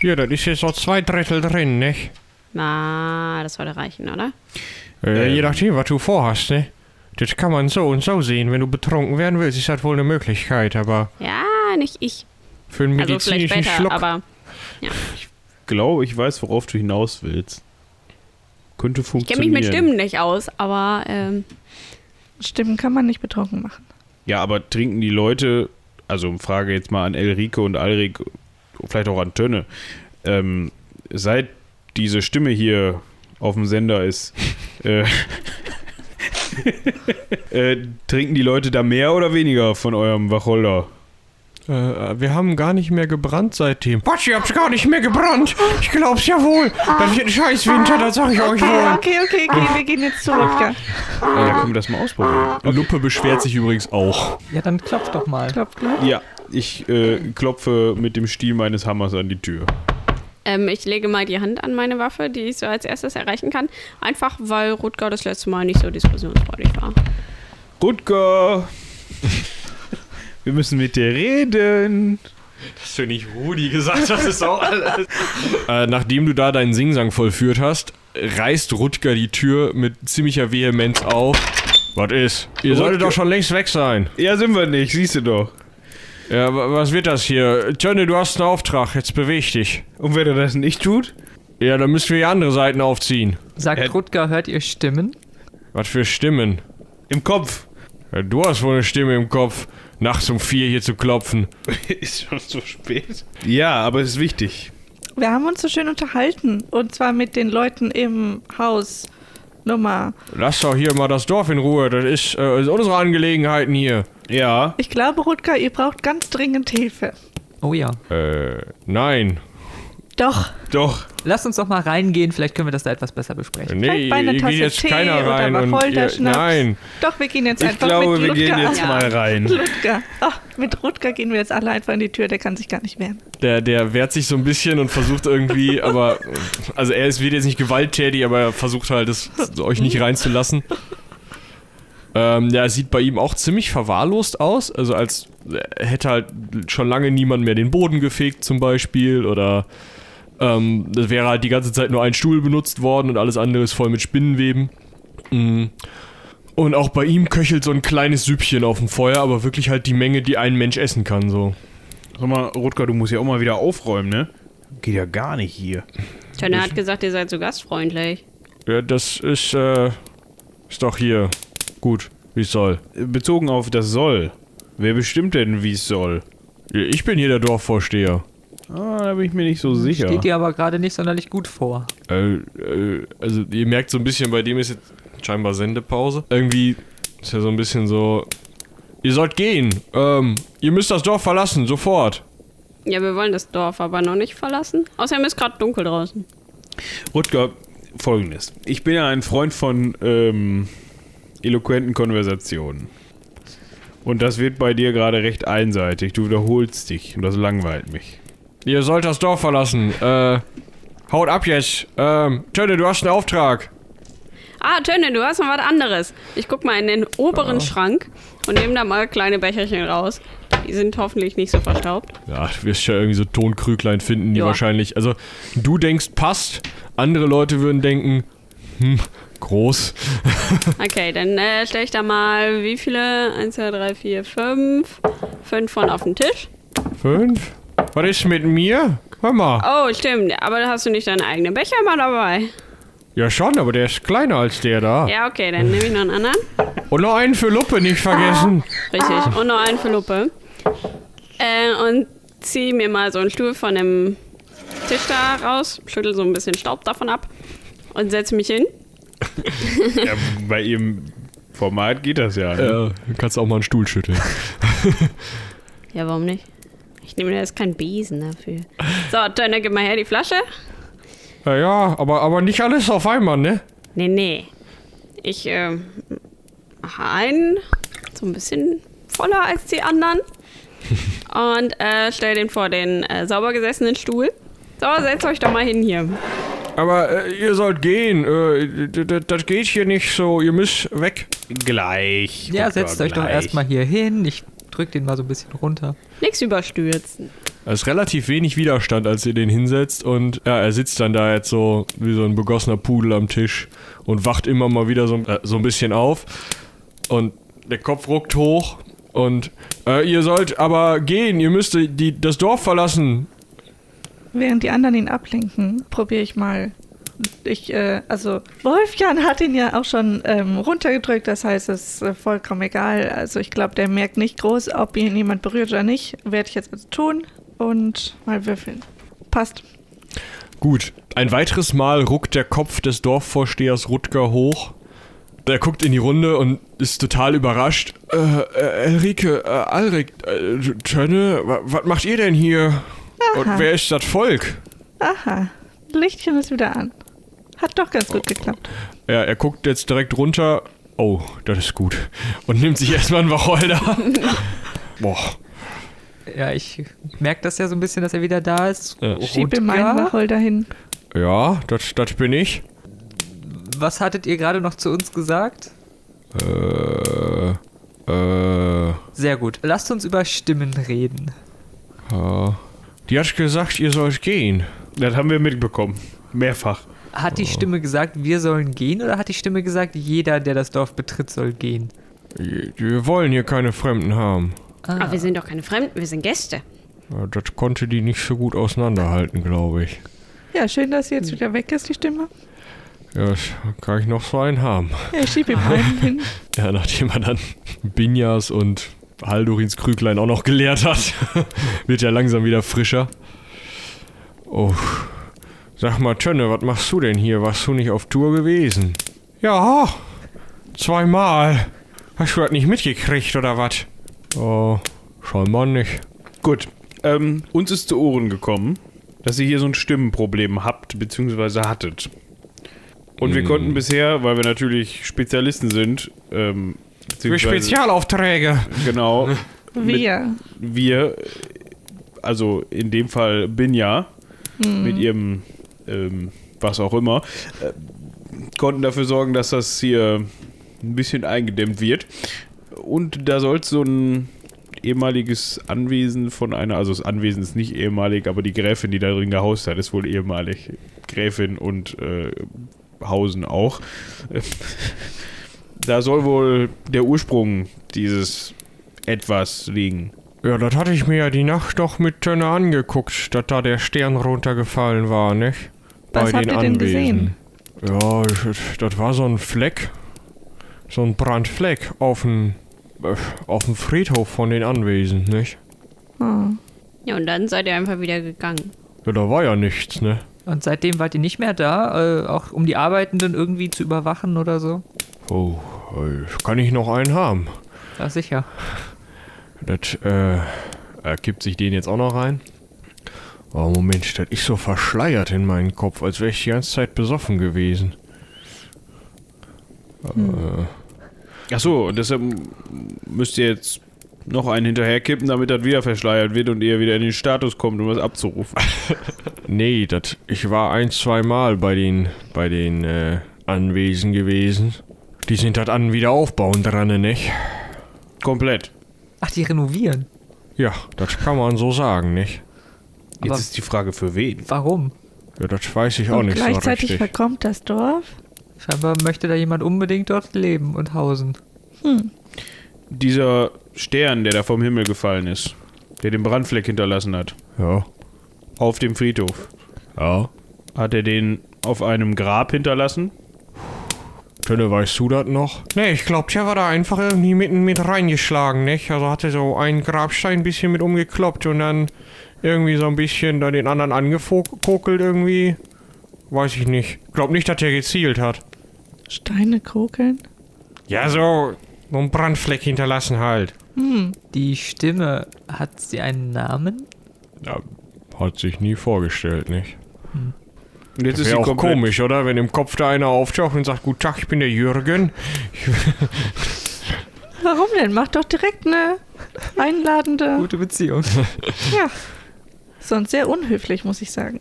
Hier, das ist jetzt noch zwei Drittel drin, ne? Na, Ah, das sollte reichen, oder? Äh, Ähm. Je nachdem, was du vorhast, ne? Das kann man so und so sehen. Wenn du betrunken werden willst, ist das wohl eine Möglichkeit, aber Ja, nicht ich. für einen Also vielleicht medizinischen später, Schluck. aber Glaube, ich weiß, worauf du hinaus willst. Könnte ich kenne mich funktionieren. mit Stimmen nicht aus, aber ähm, Stimmen kann man nicht betrunken machen. Ja, aber trinken die Leute, also Frage jetzt mal an Elrike und Alrik, vielleicht auch an Tönne, ähm, seit diese Stimme hier auf dem Sender ist, äh, äh, trinken die Leute da mehr oder weniger von eurem Wacholder? Äh, wir haben gar nicht mehr gebrannt seitdem. Was, ihr habt gar nicht mehr gebrannt? Ich glaub's ja wohl. Das wird ein scheiß Winter, das sag ich euch Okay, wohl. Ah, okay, okay, okay, wir gehen jetzt zu Rotgar. Ah, da können wir das mal ausprobieren. Luppe beschwert sich übrigens auch. Ja, dann klopft doch mal. Klopf, klopf. Ja, ich äh, klopfe mit dem Stiel meines Hammers an die Tür. ähm, ich lege mal die Hand an meine Waffe, die ich so als erstes erreichen kann. Einfach, weil Rutger das letzte Mal nicht so diskussionsfreudig war. Rutger! Wir müssen mit dir reden. Hast du nicht Rudi gesagt, das ist auch alles. äh, nachdem du da deinen Singsang vollführt hast, reißt Rutger die Tür mit ziemlicher Vehemenz auf. Was ist? Ihr solltet Rutger- doch schon längst weg sein. Ja, sind wir nicht, siehst du doch. Ja, wa- was wird das hier? Tönne, du hast einen Auftrag, jetzt beweg dich. Und wenn er das nicht tut? Ja, dann müssen wir die andere Seiten aufziehen. Sagt Äh, Rutger, hört ihr Stimmen? Was für Stimmen. Im Kopf. Ja, du hast wohl eine Stimme im Kopf, nachts um vier hier zu klopfen. ist schon so spät. Ja, aber es ist wichtig. Wir haben uns so schön unterhalten. Und zwar mit den Leuten im Haus Nummer. Lass doch hier mal das Dorf in Ruhe, das ist, äh, ist unsere Angelegenheiten hier. Ja. Ich glaube, Rutger, ihr braucht ganz dringend Hilfe. Oh ja. Äh, nein. Doch. Doch. Lasst uns doch mal reingehen, vielleicht können wir das da etwas besser besprechen. Nee, bei einer hier Tasse geht jetzt Tee keiner oder rein. Und Wacholder ihr, Schnaps. nein, Doch, wir gehen jetzt ich einfach glaube, mit wir Ludger. gehen jetzt mal rein. Ludger. Ach, mit Rutger gehen wir jetzt alle einfach in die Tür, der kann sich gar nicht wehren. Der, der wehrt sich so ein bisschen und versucht irgendwie, aber. Also er ist, wird jetzt nicht gewalttätig, aber er versucht halt, das, euch nicht reinzulassen. Ähm, ja, es sieht bei ihm auch ziemlich verwahrlost aus. Also als hätte halt schon lange niemand mehr den Boden gefegt zum Beispiel oder ähm, das wäre halt die ganze Zeit nur ein Stuhl benutzt worden und alles andere ist voll mit Spinnenweben. Mhm. Und auch bei ihm köchelt so ein kleines Süppchen auf dem Feuer, aber wirklich halt die Menge, die ein Mensch essen kann, so. Sag mal, Rutger, du musst ja auch mal wieder aufräumen, ne? Geht ja gar nicht hier. Tönne hat gesagt, ihr seid so gastfreundlich. Ja, das ist, äh, ist doch hier gut, wie es soll. Bezogen auf das soll. Wer bestimmt denn, wie es soll? Ich bin hier der Dorfvorsteher. Ah, da bin ich mir nicht so sicher. Steht dir aber gerade nicht sonderlich gut vor. Äh, äh, also ihr merkt so ein bisschen, bei dem ist jetzt scheinbar Sendepause. Irgendwie ist ja so ein bisschen so, ihr sollt gehen, ähm, ihr müsst das Dorf verlassen, sofort. Ja, wir wollen das Dorf aber noch nicht verlassen. Außerdem ist gerade dunkel draußen. Rutger, folgendes. Ich bin ja ein Freund von ähm, eloquenten Konversationen. Und das wird bei dir gerade recht einseitig. Du wiederholst dich und das langweilt mich. Ihr sollt das Dorf verlassen, äh, haut ab jetzt. Ähm, Tönne, du hast einen Auftrag. Ah, Tönne, du hast noch was anderes. Ich guck mal in den oberen Ah. Schrank und nehme da mal kleine Becherchen raus. Die sind hoffentlich nicht so verstaubt. Ja, du wirst ja irgendwie so Tonkrüglein finden, die Ja. wahrscheinlich. Also, du denkst, passt. Andere Leute würden denken, hm, groß. Okay, dann äh, stelle ich da mal wie viele? 1, 2, 3, 4, 5. 5 von auf den Tisch. Fünf? Was ist mit mir? Hör mal. Oh, stimmt. Aber hast du nicht deinen eigenen Becher mal dabei? Ja, schon, aber der ist kleiner als der da. Ja, okay, dann nehme ich noch einen anderen. Und noch einen für Luppe nicht vergessen. Ah. Richtig. Und noch einen für Luppe. Äh, und zieh mir mal so einen Stuhl von dem Tisch da raus, schüttel so ein bisschen Staub davon ab und setze mich hin. ja, bei ihrem Format geht das ja. Ne? Ja, kannst auch mal einen Stuhl schütteln. Ja, warum nicht? Ich nehme da jetzt keinen Besen dafür. So, Tönne, gib mal her die Flasche. Ja, ja aber, aber nicht alles auf einmal, ne? Nee, nee. Ich ähm, mache einen, so ein bisschen voller als die anderen. Und äh, stell den vor den äh, sauber gesessenen Stuhl. So, setzt euch doch mal hin hier. Aber äh, ihr sollt gehen. Äh, d- d- das geht hier nicht so. Ihr müsst weg. Gleich. Ja, Rutger, setzt euch doch gleich. erstmal hier hin. Ich drück den mal so ein bisschen runter. Nichts überstürzen. Da ist relativ wenig Widerstand, als ihr den hinsetzt. Und ja, er sitzt dann da jetzt so wie so ein begossener Pudel am Tisch und wacht immer mal wieder so, äh, so ein bisschen auf. Und der Kopf ruckt hoch. Und äh, ihr sollt aber gehen. Ihr müsst die, das Dorf verlassen. Während die anderen ihn ablenken, probiere ich mal. Ich, äh, also Wolfjan hat ihn ja auch schon ähm, runtergedrückt, das heißt, es ist äh, vollkommen egal. Also ich glaube, der merkt nicht groß, ob ihn jemand berührt oder nicht. Werde ich jetzt also tun und mal würfeln. Passt. Gut. Ein weiteres Mal ruckt der Kopf des Dorfvorstehers Rutger hoch. Der guckt in die Runde und ist total überrascht. Äh, äh, Elrike, äh, Alrik, äh, Tönne, wa- was macht ihr denn hier? Und wer ist das Volk? Aha, Lichtchen ist wieder an. Hat doch ganz gut geklappt. Ja, er guckt jetzt direkt runter. Oh, das ist gut. Und nimmt sich erstmal einen Wacholder. Boah. Ja, ich merke das ja so ein bisschen, dass er wieder da ist. Ja. Schieb ihm meinen Rutger, Wacholder hin. Ja, das, das bin ich. was hattet ihr gerade noch zu uns gesagt? Äh, äh, Sehr gut. Lasst uns über Stimmen reden. äh. Die hat gesagt, ihr sollt gehen. Das haben wir mitbekommen. Mehrfach. Hat Oh. die Stimme gesagt, wir sollen gehen oder hat die Stimme gesagt, jeder, der das Dorf betritt, soll gehen? Wir wir wollen hier keine Fremden haben. Aber wir sind doch keine Fremden, wir sind Gäste. Ja, Das konnte die nicht so gut auseinanderhalten, glaube ich. Ja, schön, dass sie jetzt wieder weg ist, die Stimme. Ja, das kann ich noch so einen haben. Ja, ich schieb ihm einen hin. Ja, nachdem er dann Binjas und Haldurins Krüglein auch noch geleert hat, wird ja langsam wieder frischer. Oh. Sag mal, Tönne, was machst du denn hier? Warst du nicht auf Tour gewesen? Ja, zweimal. Hast du das nicht mitgekriegt oder was? Oh, scheinbar nicht. Gut. Ähm, uns ist zu Ohren gekommen, dass ihr hier so ein Stimmenproblem habt, beziehungsweise hattet. Und wir konnten bisher, weil wir natürlich Spezialisten sind, ähm, Für beziehungsweise- Spezialaufträge. Genau, Wir. wir, äh, also in dem Fall Binja, mit ihrem ähm, was auch immer, äh, konnten dafür sorgen, dass das hier ein bisschen eingedämmt wird. Und da soll es so ein ehemaliges Anwesen von einer, also das Anwesen ist nicht ehemalig, aber die Gräfin, die da drin gehaust hat, ist wohl ehemalig. Gräfin und äh, Hausen auch. Da soll wohl der Ursprung dieses etwas liegen. Ja, das hatte ich mir ja die Nacht doch mit Tönne angeguckt, dass da der Stern runtergefallen war, nicht? Was habt ihr denn gesehen? Ja, ich- das war so ein Fleck. So ein Brandfleck auf dem, äh, auf dem Friedhof von den Anwesen, nicht? Ah. Ja, und dann seid ihr einfach wieder gegangen. Ja, da war ja nichts, ne? Und seitdem wart ihr nicht mehr da, äh, auch um die Arbeitenden irgendwie zu überwachen oder so? Oh, äh, kann ich noch einen haben? Ja, sicher. Das, äh, äh, kippt sich den jetzt auch noch rein? Oh, Moment, das ist so verschleiert in meinen Kopf, als wäre ich die ganze Zeit besoffen gewesen. Achso, und deshalb müsst ihr jetzt noch einen hinterherkippen, damit das wieder verschleiert wird und ihr wieder in den Status kommt, um das abzurufen. Nee, das, ich war ein, zwei Mal bei den, bei den, äh, Anwesen gewesen. Die sind das an wieder aufbauen dran, nicht? Komplett. Ach, die renovieren. Ja, das kann man so sagen, nicht? Jetzt Aber- ist die Frage für wen? Warum? Ja, das weiß ich auch Und nicht so gleichzeitig richtig. verkommt das Dorf. Scheinbar möchte da jemand unbedingt dort leben und hausen. Dieser Stern, der da vom Himmel gefallen ist, der den Brandfleck hinterlassen hat, Ja, auf dem Friedhof, ja. hat er den auf einem Grab hinterlassen? Tönne, weißt du das noch? Nee, ich glaub, der war da einfach irgendwie mitten mit reingeschlagen, nicht? Also hatte so einen Grabstein ein bisschen mit umgekloppt und dann irgendwie so ein bisschen dann den anderen angekokelt irgendwie. Weiß ich nicht. Glaub nicht, dass der gezielt hat. Steine kokeln. Ja, so, so ein Brandfleck hinterlassen halt. Die Stimme, hat sie einen Namen? Hat sich nie vorgestellt, nicht? Und jetzt Wäre Hm. auch komisch, oder? Wenn im Kopf da einer auftaucht und sagt, Guten Tag, ich bin der Jürgen. Warum denn? Mach doch direkt eine einladende. Gute Beziehung. Hm. ja. Sonst sehr unhöflich, muss ich sagen.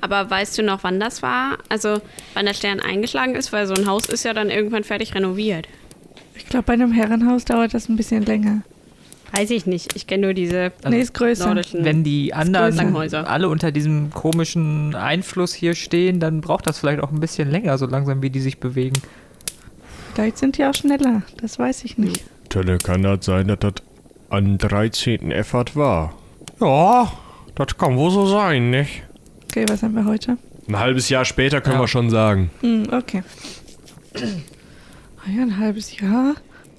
Aber weißt du noch, wann das war? Also, wann der Stern eingeschlagen ist? Weil so ein Haus ist ja dann irgendwann fertig renoviert. Ich glaube, bei einem Herrenhaus dauert das ein bisschen länger. Weiß ich nicht. Ich kenne nur diese Also, nee, ist größer. nordischen. Wenn die anderen Langhäuser. alle unter diesem komischen Einfluss hier stehen, dann braucht das vielleicht auch ein bisschen länger, so langsam wie die sich bewegen. Vielleicht sind die auch schneller. Das weiß ich Hm. nicht. Tölle, kann das sein, dass das an 13. Effert war? Ja, das kann wohl so sein, nicht? Okay, was haben wir heute? Ein halbes Jahr später können Ja. wir schon sagen. Hm, okay. Ah Ja, ein halbes Jahr.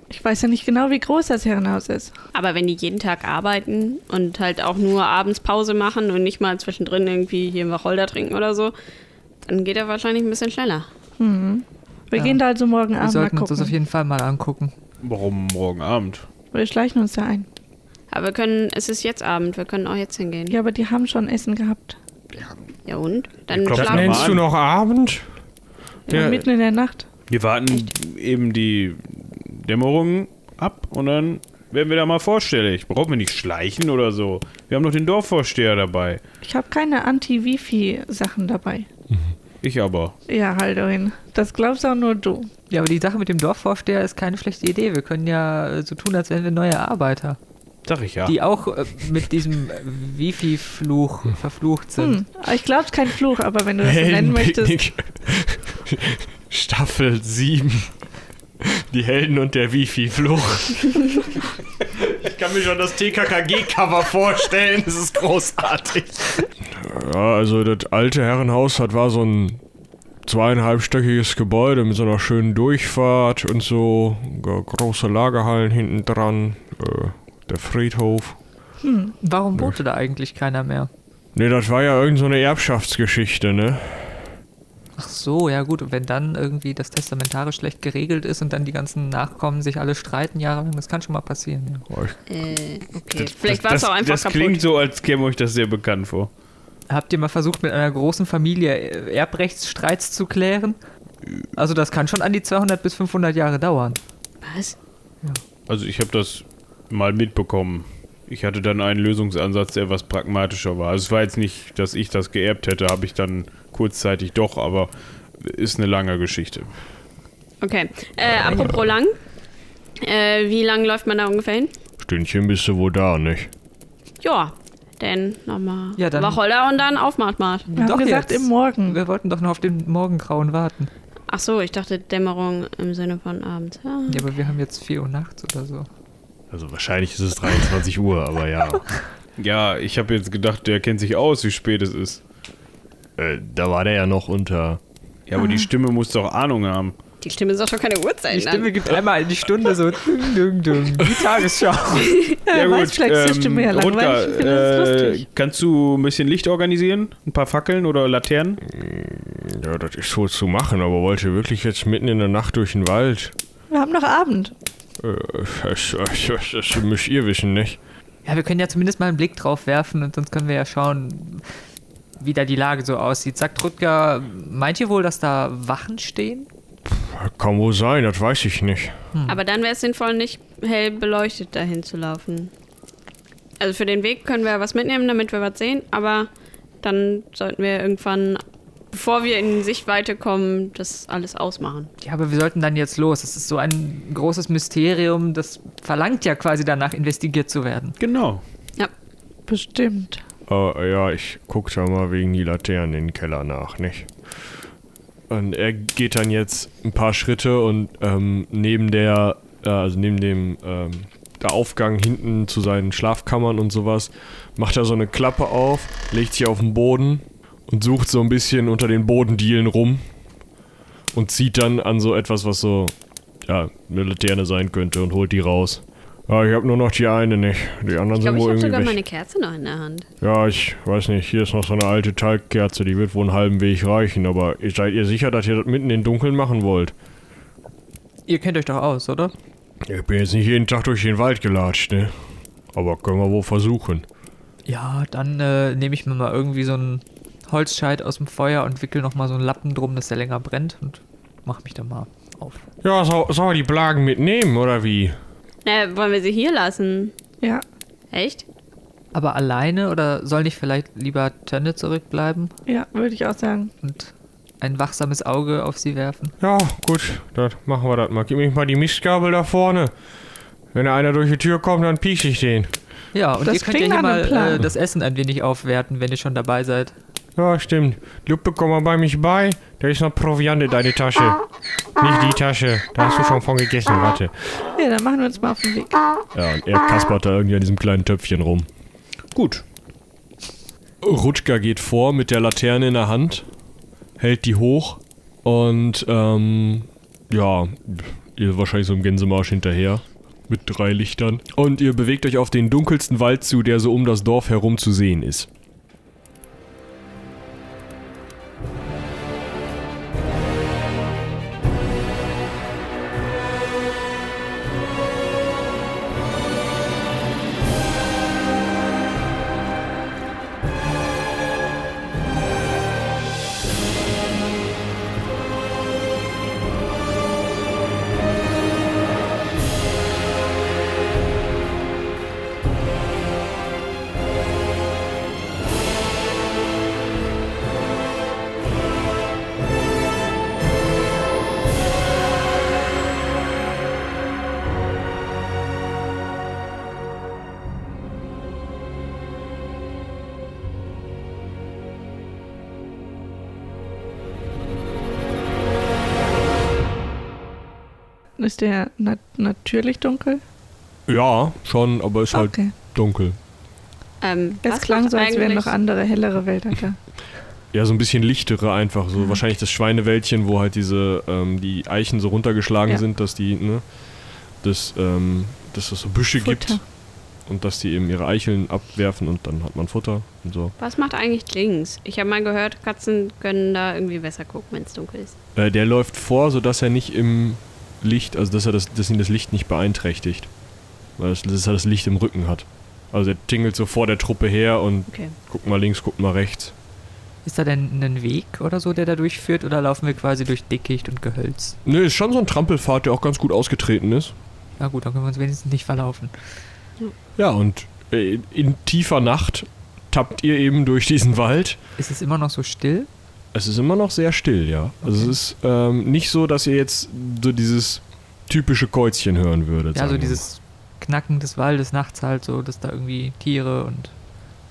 Ich weiß ja nicht genau, wie groß das Herrenhaus ist. Aber wenn die jeden Tag arbeiten und halt auch nur abends Pause machen und nicht mal zwischendrin irgendwie hier einen Wacholder trinken oder so, dann geht er wahrscheinlich ein bisschen schneller. Wir Ja. gehen da also morgen Wir Abend mal sollten uns das auf gucken. jeden Fall mal angucken. Warum morgen Abend? Wir schleichen uns da ein. Aber wir können, es ist jetzt Abend, wir können auch jetzt hingehen. Ja, Ja, aber die haben schon Essen gehabt. und? Dann klopfen schlafen mal Nennst du an. noch Abend? Ja. Mitten in der Nacht. Wir warten eben die Dämmerung ab und dann werden wir da mal vorstellig. Brauchen wir nicht schleichen oder so. Wir haben noch den Dorfvorsteher dabei. Ich habe keine Anti-Wifi-Sachen dabei. Ich aber. Ja, Haldorin, das glaubst auch nur du. Ja, aber die Sache mit dem Dorfvorsteher ist keine schlechte Idee. Wir können ja äh, so tun, als wären wir neue Arbeiter, Sag ich ja. die auch äh, mit diesem äh, Wifi-Fluch verflucht sind. Hm. Ich glaube, kein Fluch, aber wenn du das so nennen möchtest. Heldenpicknick. Staffel 7. Die Helden und der Wifi-Fluch. Ich kann mir schon das TKKG-Cover vorstellen. Das ist großartig. Ja, also das alte Herrenhaus, das war so ein zweieinhalbstöckiges Gebäude mit so einer schönen Durchfahrt und so. G- Große Lagerhallen hinten dran. Äh, der Friedhof. Warum wohnte da eigentlich keiner mehr? Ne, das war ja irgend so eine Erbschaftsgeschichte, ne? Ach so, ja gut. Und wenn dann irgendwie das Testamentare schlecht geregelt ist und dann die ganzen Nachkommen sich alle streiten jahrelang, das kann schon mal passieren. Ja. Äh, okay. Vielleicht war das, es auch einfach Das kaputt. klingt so, als käme euch das sehr bekannt vor. Habt ihr mal versucht, mit einer großen Familie äh, Erbrechtsstreits zu klären? Also das kann schon an die 200 bis 500 Jahre dauern. Was? Also ich habe das mal mitbekommen. Ich hatte dann einen Lösungsansatz, der was pragmatischer war. Also es war jetzt nicht, dass ich das geerbt hätte, habe ich dann kurzzeitig doch, aber ist eine lange Geschichte. Okay. Äh, apropos lang. Äh, wie lang läuft man da ungefähr hin? Stündchen bist du wohl da, nicht? Ja, denn nochmal Ja, dann- Wacholder und dann Aufmachtmacht. Wir haben gesagt, jetzt. im Morgen. Wir wollten doch noch auf den Morgengrauen warten. Ach so, ich dachte Dämmerung im Sinne von Abend. Ah. Ja, aber wir haben jetzt 4 Uhr nachts oder so. Also wahrscheinlich ist es 23 Uhr, aber ja. Ja, ich habe jetzt gedacht, der kennt sich aus, wie spät es ist. Äh, da war der ja noch unter. Ja, Ah. aber die Stimme muss doch Ahnung haben. Die Stimme sagt doch keine Uhrzeit. ne? Die Stimme gibt einmal in die Stunde so düng, düng, düng. Die Tagesschau. Ja, Ja, ähm, wer weiß, vielleicht ist die ähm, Stimme ja langweilig. Ich Rutger, finde das äh, lustig. kannst du ein bisschen Licht organisieren? Ein paar Fackeln oder Laternen? Ja, das ist so zu machen, aber wollt ihr wirklich jetzt mitten in der Nacht durch den Wald? Wir haben noch Abend. Äh, das, das, das müsst ihr wissen, nicht? Ja, wir können ja zumindest mal einen Blick drauf werfen und sonst können wir ja schauen, wie da die Lage so aussieht. Sagt Rutger, meint ihr wohl, dass da Wachen stehen? Kann wohl sein, das weiß ich nicht. Aber dann wäre es sinnvoll, nicht hell beleuchtet dahin zu laufen. Also für den Weg können wir was mitnehmen, damit wir was sehen, aber dann sollten wir irgendwann, bevor wir in Sichtweite kommen, das alles ausmachen. Also Ja, aber wir sollten dann jetzt los. Das ist so ein großes Mysterium, das verlangt ja quasi danach, investigiert zu werden. Genau. Bestimmt. Äh, ja, ich guck da mal wegen die Laternen in den Keller nach, nicht? Und er geht dann jetzt ein paar Schritte und ähm, neben der, äh, also neben dem ähm, der Aufgang hinten zu seinen Schlafkammern und sowas, macht er so eine Klappe auf, legt sich auf den Boden und sucht so ein bisschen unter den Bodendielen rum und zieht dann an so etwas, was so ja, eine Laterne sein könnte und holt die raus. Ja, ich habe nur noch die eine nicht. Die anderen Ich glaube, sind wohl ich habe irgendwie sogar weg. meine Kerze noch in der Hand. Ja, ich weiß nicht, hier ist noch so eine alte Talgkerze, die wird wohl einen halben Weg reichen, aber ihr- seid ihr sicher, dass ihr das mitten im Dunkeln machen wollt? Ihr kennt euch doch aus, oder? Ich bin jetzt nicht jeden Tag durch den Wald gelatscht, ne? Aber können wir wohl versuchen. Ja, dann äh, nehme ich mir mal irgendwie so einen Holzscheit aus dem Feuer und wickel nochmal so einen Lappen drum, dass der länger brennt und mach mich dann mal auf. Ja, soll, soll die Plagen mitnehmen, oder wie? Naja, wollen wir sie hier lassen? Ja. Echt? Aber alleine oder soll nicht vielleicht lieber Tönne zurückbleiben Ja, würde ich auch sagen. und ein wachsames Auge auf sie werfen? Ja, gut, dann machen wir das mal. Gib mir mal die Mistgabel da vorne. Wenn da einer durch die Tür kommt, dann piech ich den. Ja, und Das ihr könnt ja klingt hier nach einem mal Plan. äh, das Essen ein wenig aufwerten, wenn ihr schon dabei seid. Ja, stimmt. Lupe, komm mal bei mich bei. Da ist noch Proviant in deine Tasche. Nicht die Tasche. Da hast du schon von gegessen, warte. Ja, dann machen wir uns mal auf den Weg. Ja, und er kaspert da irgendwie an diesem kleinen Töpfchen rum. Gut. Rutschka geht vor mit der Laterne in der Hand, hält die hoch und ähm, ja, ihr wahrscheinlich so im Gänsemarsch hinterher mit drei Lichtern. Und ihr bewegt euch auf den dunkelsten Wald zu, der so um das Dorf herum zu sehen ist. Ist der na natürlich dunkel? Ja, schon, aber ist halt Okay. dunkel. Ähm, Es was klang macht so, als wären eigentlich- noch andere, hellere Wälder da. Ja, so ein bisschen lichtere einfach. So wahrscheinlich das Schweinewäldchen, wo halt diese, ähm, die Eichen so runtergeschlagen Ja. sind, dass die, ne, dass, ähm, dass es so Büsche Futter. gibt und dass die eben ihre Eicheln abwerfen und dann hat man Futter und so. Was macht eigentlich Klings? Ich habe mal gehört, Katzen können da irgendwie besser gucken, wenn es dunkel ist. Äh, der läuft vor, sodass er nicht im Licht, also dass er das, dass ihn das Licht nicht beeinträchtigt. Weil es, dass er das Licht im Rücken hat. Also der tingelt so vor der Truppe her und Okay. guckt mal links, guckt mal rechts. Ist da denn ein Weg oder so, der da durchführt? Oder laufen wir quasi durch Dickicht und Gehölz? Ne, ist schon so ein Trampelpfad, der auch ganz gut ausgetreten ist. Na gut, dann können wir uns wenigstens nicht verlaufen. Ja, und äh, in tiefer Nacht tappt ihr eben durch diesen Wald. Ist es immer noch so still? Es ist immer noch sehr still, ja. Also es ist ähm, nicht so, dass ihr jetzt so dieses typische Käuzchen hören würdet. Ja, sagen so wir dieses Knacken des Waldes nachts halt so, dass da irgendwie Tiere und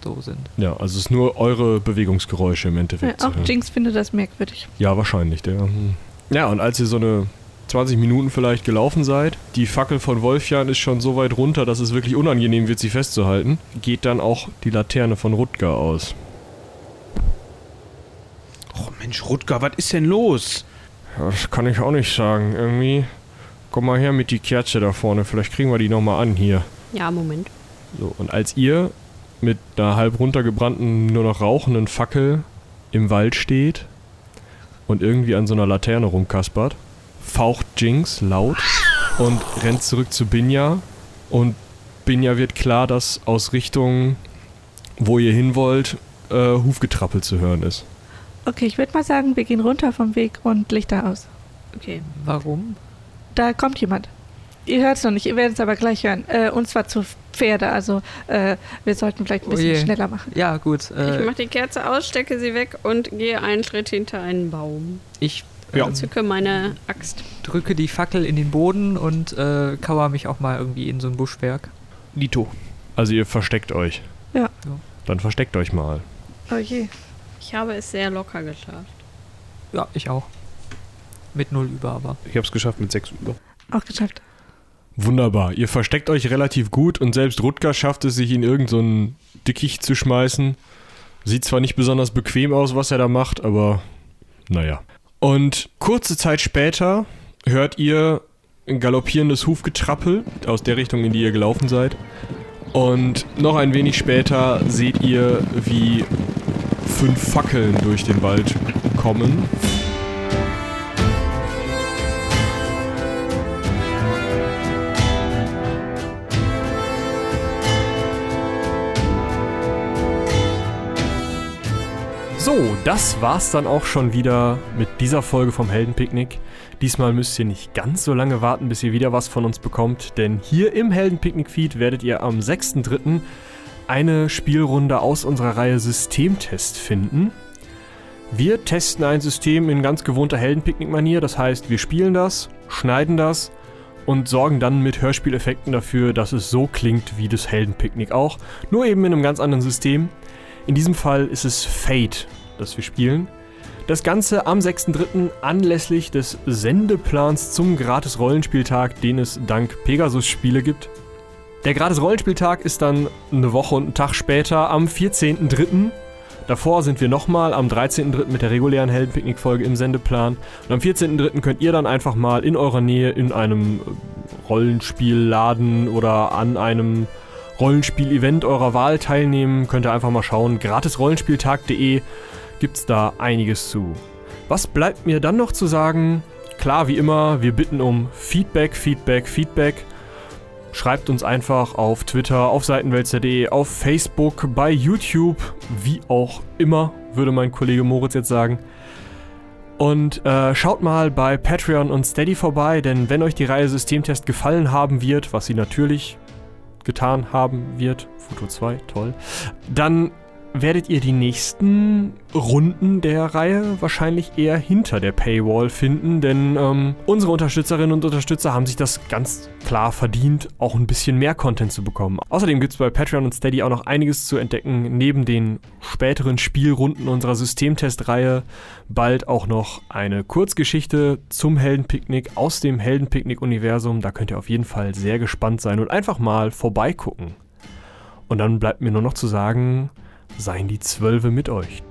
so sind. mal. Ja, also es ist nur eure Bewegungsgeräusche im Endeffekt. Ja, zu auch hören. Jinx findet das merkwürdig. Ja, wahrscheinlich, der. hm. Ja, und als ihr so eine 20 Minuten vielleicht gelaufen seid, die Fackel von Wolfjan ist schon so weit runter, dass es wirklich unangenehm wird, sie festzuhalten, geht dann auch die Laterne von Rutger aus. Oh Mensch, Rutger, was ist denn los? Das kann ich auch nicht sagen. Irgendwie. Komm mal her mit die Kerze da vorne, vielleicht kriegen wir die nochmal an hier. Ja, Moment. So, und als ihr mit einer halb runtergebrannten, nur noch rauchenden Fackel im Wald steht und irgendwie an so einer Laterne rumkaspert, faucht Jinx laut und rennt zurück zu Binja. Und Binja wird klar, dass aus Richtung, wo ihr hin wollt, äh, Hufgetrappel zu hören ist. Okay, ich würde mal sagen, wir gehen runter vom Weg und Lichter aus. Okay. Warum? Da kommt jemand. Ihr hört es noch nicht, ihr werdet es aber gleich hören. Äh, und zwar zu Pferde, also äh, wir sollten vielleicht ein Oh bisschen je. schneller machen. Ja, gut. ich Äh, mache die Kerze aus, stecke sie weg und gehe einen Schritt hinter einen Baum. ich ähm, Zücke meine Axt. drücke die Fackel in den Boden und äh, kauer mich auch mal irgendwie in so ein Buschwerk. Dito. Also ihr versteckt euch. Ja. Ja. Dann versteckt euch mal. Oh je. Ich habe es sehr locker geschafft. Ja, ich auch. Mit null über, aber. Ich hab's geschafft mit sechs über. Auch geschafft. Wunderbar. Ihr versteckt euch relativ gut und selbst Rutger schafft es, sich in irgendeinen so einen Dickicht zu schmeißen. Sieht zwar nicht besonders bequem aus, was er da macht, aber naja. Und kurze Zeit später hört ihr ein galoppierendes Hufgetrappel aus der Richtung, in die ihr gelaufen seid. Und noch ein wenig später seht ihr, wie fünf Fackeln durch den Wald kommen So, das war's dann auch schon wieder mit dieser Folge vom Heldenpicknick. Diesmal müsst ihr nicht ganz so lange warten, bis ihr wieder was von uns bekommt, denn hier im Heldenpicknick-Feed werdet ihr am 6.3. eine Spielrunde aus unserer Reihe Systemtest finden. Wir testen ein System in ganz gewohnter Heldenpicknick-Manier, das heißt, wir spielen das, schneiden das und sorgen dann mit Hörspieleffekten dafür, dass es so klingt wie das Heldenpicknick auch, nur eben in einem ganz anderen System. In diesem Fall ist es Fate, das wir spielen. Das Ganze am 6.3. anlässlich des Sendeplans zum Gratis-Rollenspieltag, den es dank Pegasus-Spiele gibt. Der Gratis-Rollenspieltag ist dann eine Woche und einen Tag später am 14.3. Davor sind wir nochmal am 13.3. mit der regulären Heldenpicknick-Folge im Sendeplan. Und am 14.3. könnt ihr dann einfach mal in eurer Nähe in einem äh, Rollenspielladen oder an einem Rollenspiel-Event eurer Wahl teilnehmen, könnt ihr einfach mal schauen. Gratisrollenspieltag.de gibt's da einiges zu. Was bleibt mir dann noch zu sagen? Klar, wie immer, wir bitten um Feedback, Feedback, Feedback. Schreibt uns einfach auf Twitter, auf Seitenwälzer.de, auf Facebook, bei YouTube, wie auch immer, würde mein Kollege Moritz jetzt sagen. Und äh, schaut mal bei Patreon und Steady vorbei, denn wenn euch die Reihe Systemtest gefallen haben wird, was sie natürlich getan haben wird, Foto 2, toll, dann werdet ihr die nächsten Runden der Reihe wahrscheinlich eher hinter der Paywall finden, denn ähm, unsere Unterstützerinnen und Unterstützer haben sich das ganz klar verdient, auch ein bisschen mehr Content zu bekommen. Außerdem gibt es bei Patreon und Steady auch noch einiges zu entdecken, neben den späteren Spielrunden unserer Systemtestreihe bald auch noch eine Kurzgeschichte zum Heldenpicknick aus dem Heldenpicknick-Universum. Da könnt ihr auf jeden Fall sehr gespannt sein und einfach mal vorbeigucken. Und dann bleibt mir nur noch zu sagen, seien die Zwölfe mit euch.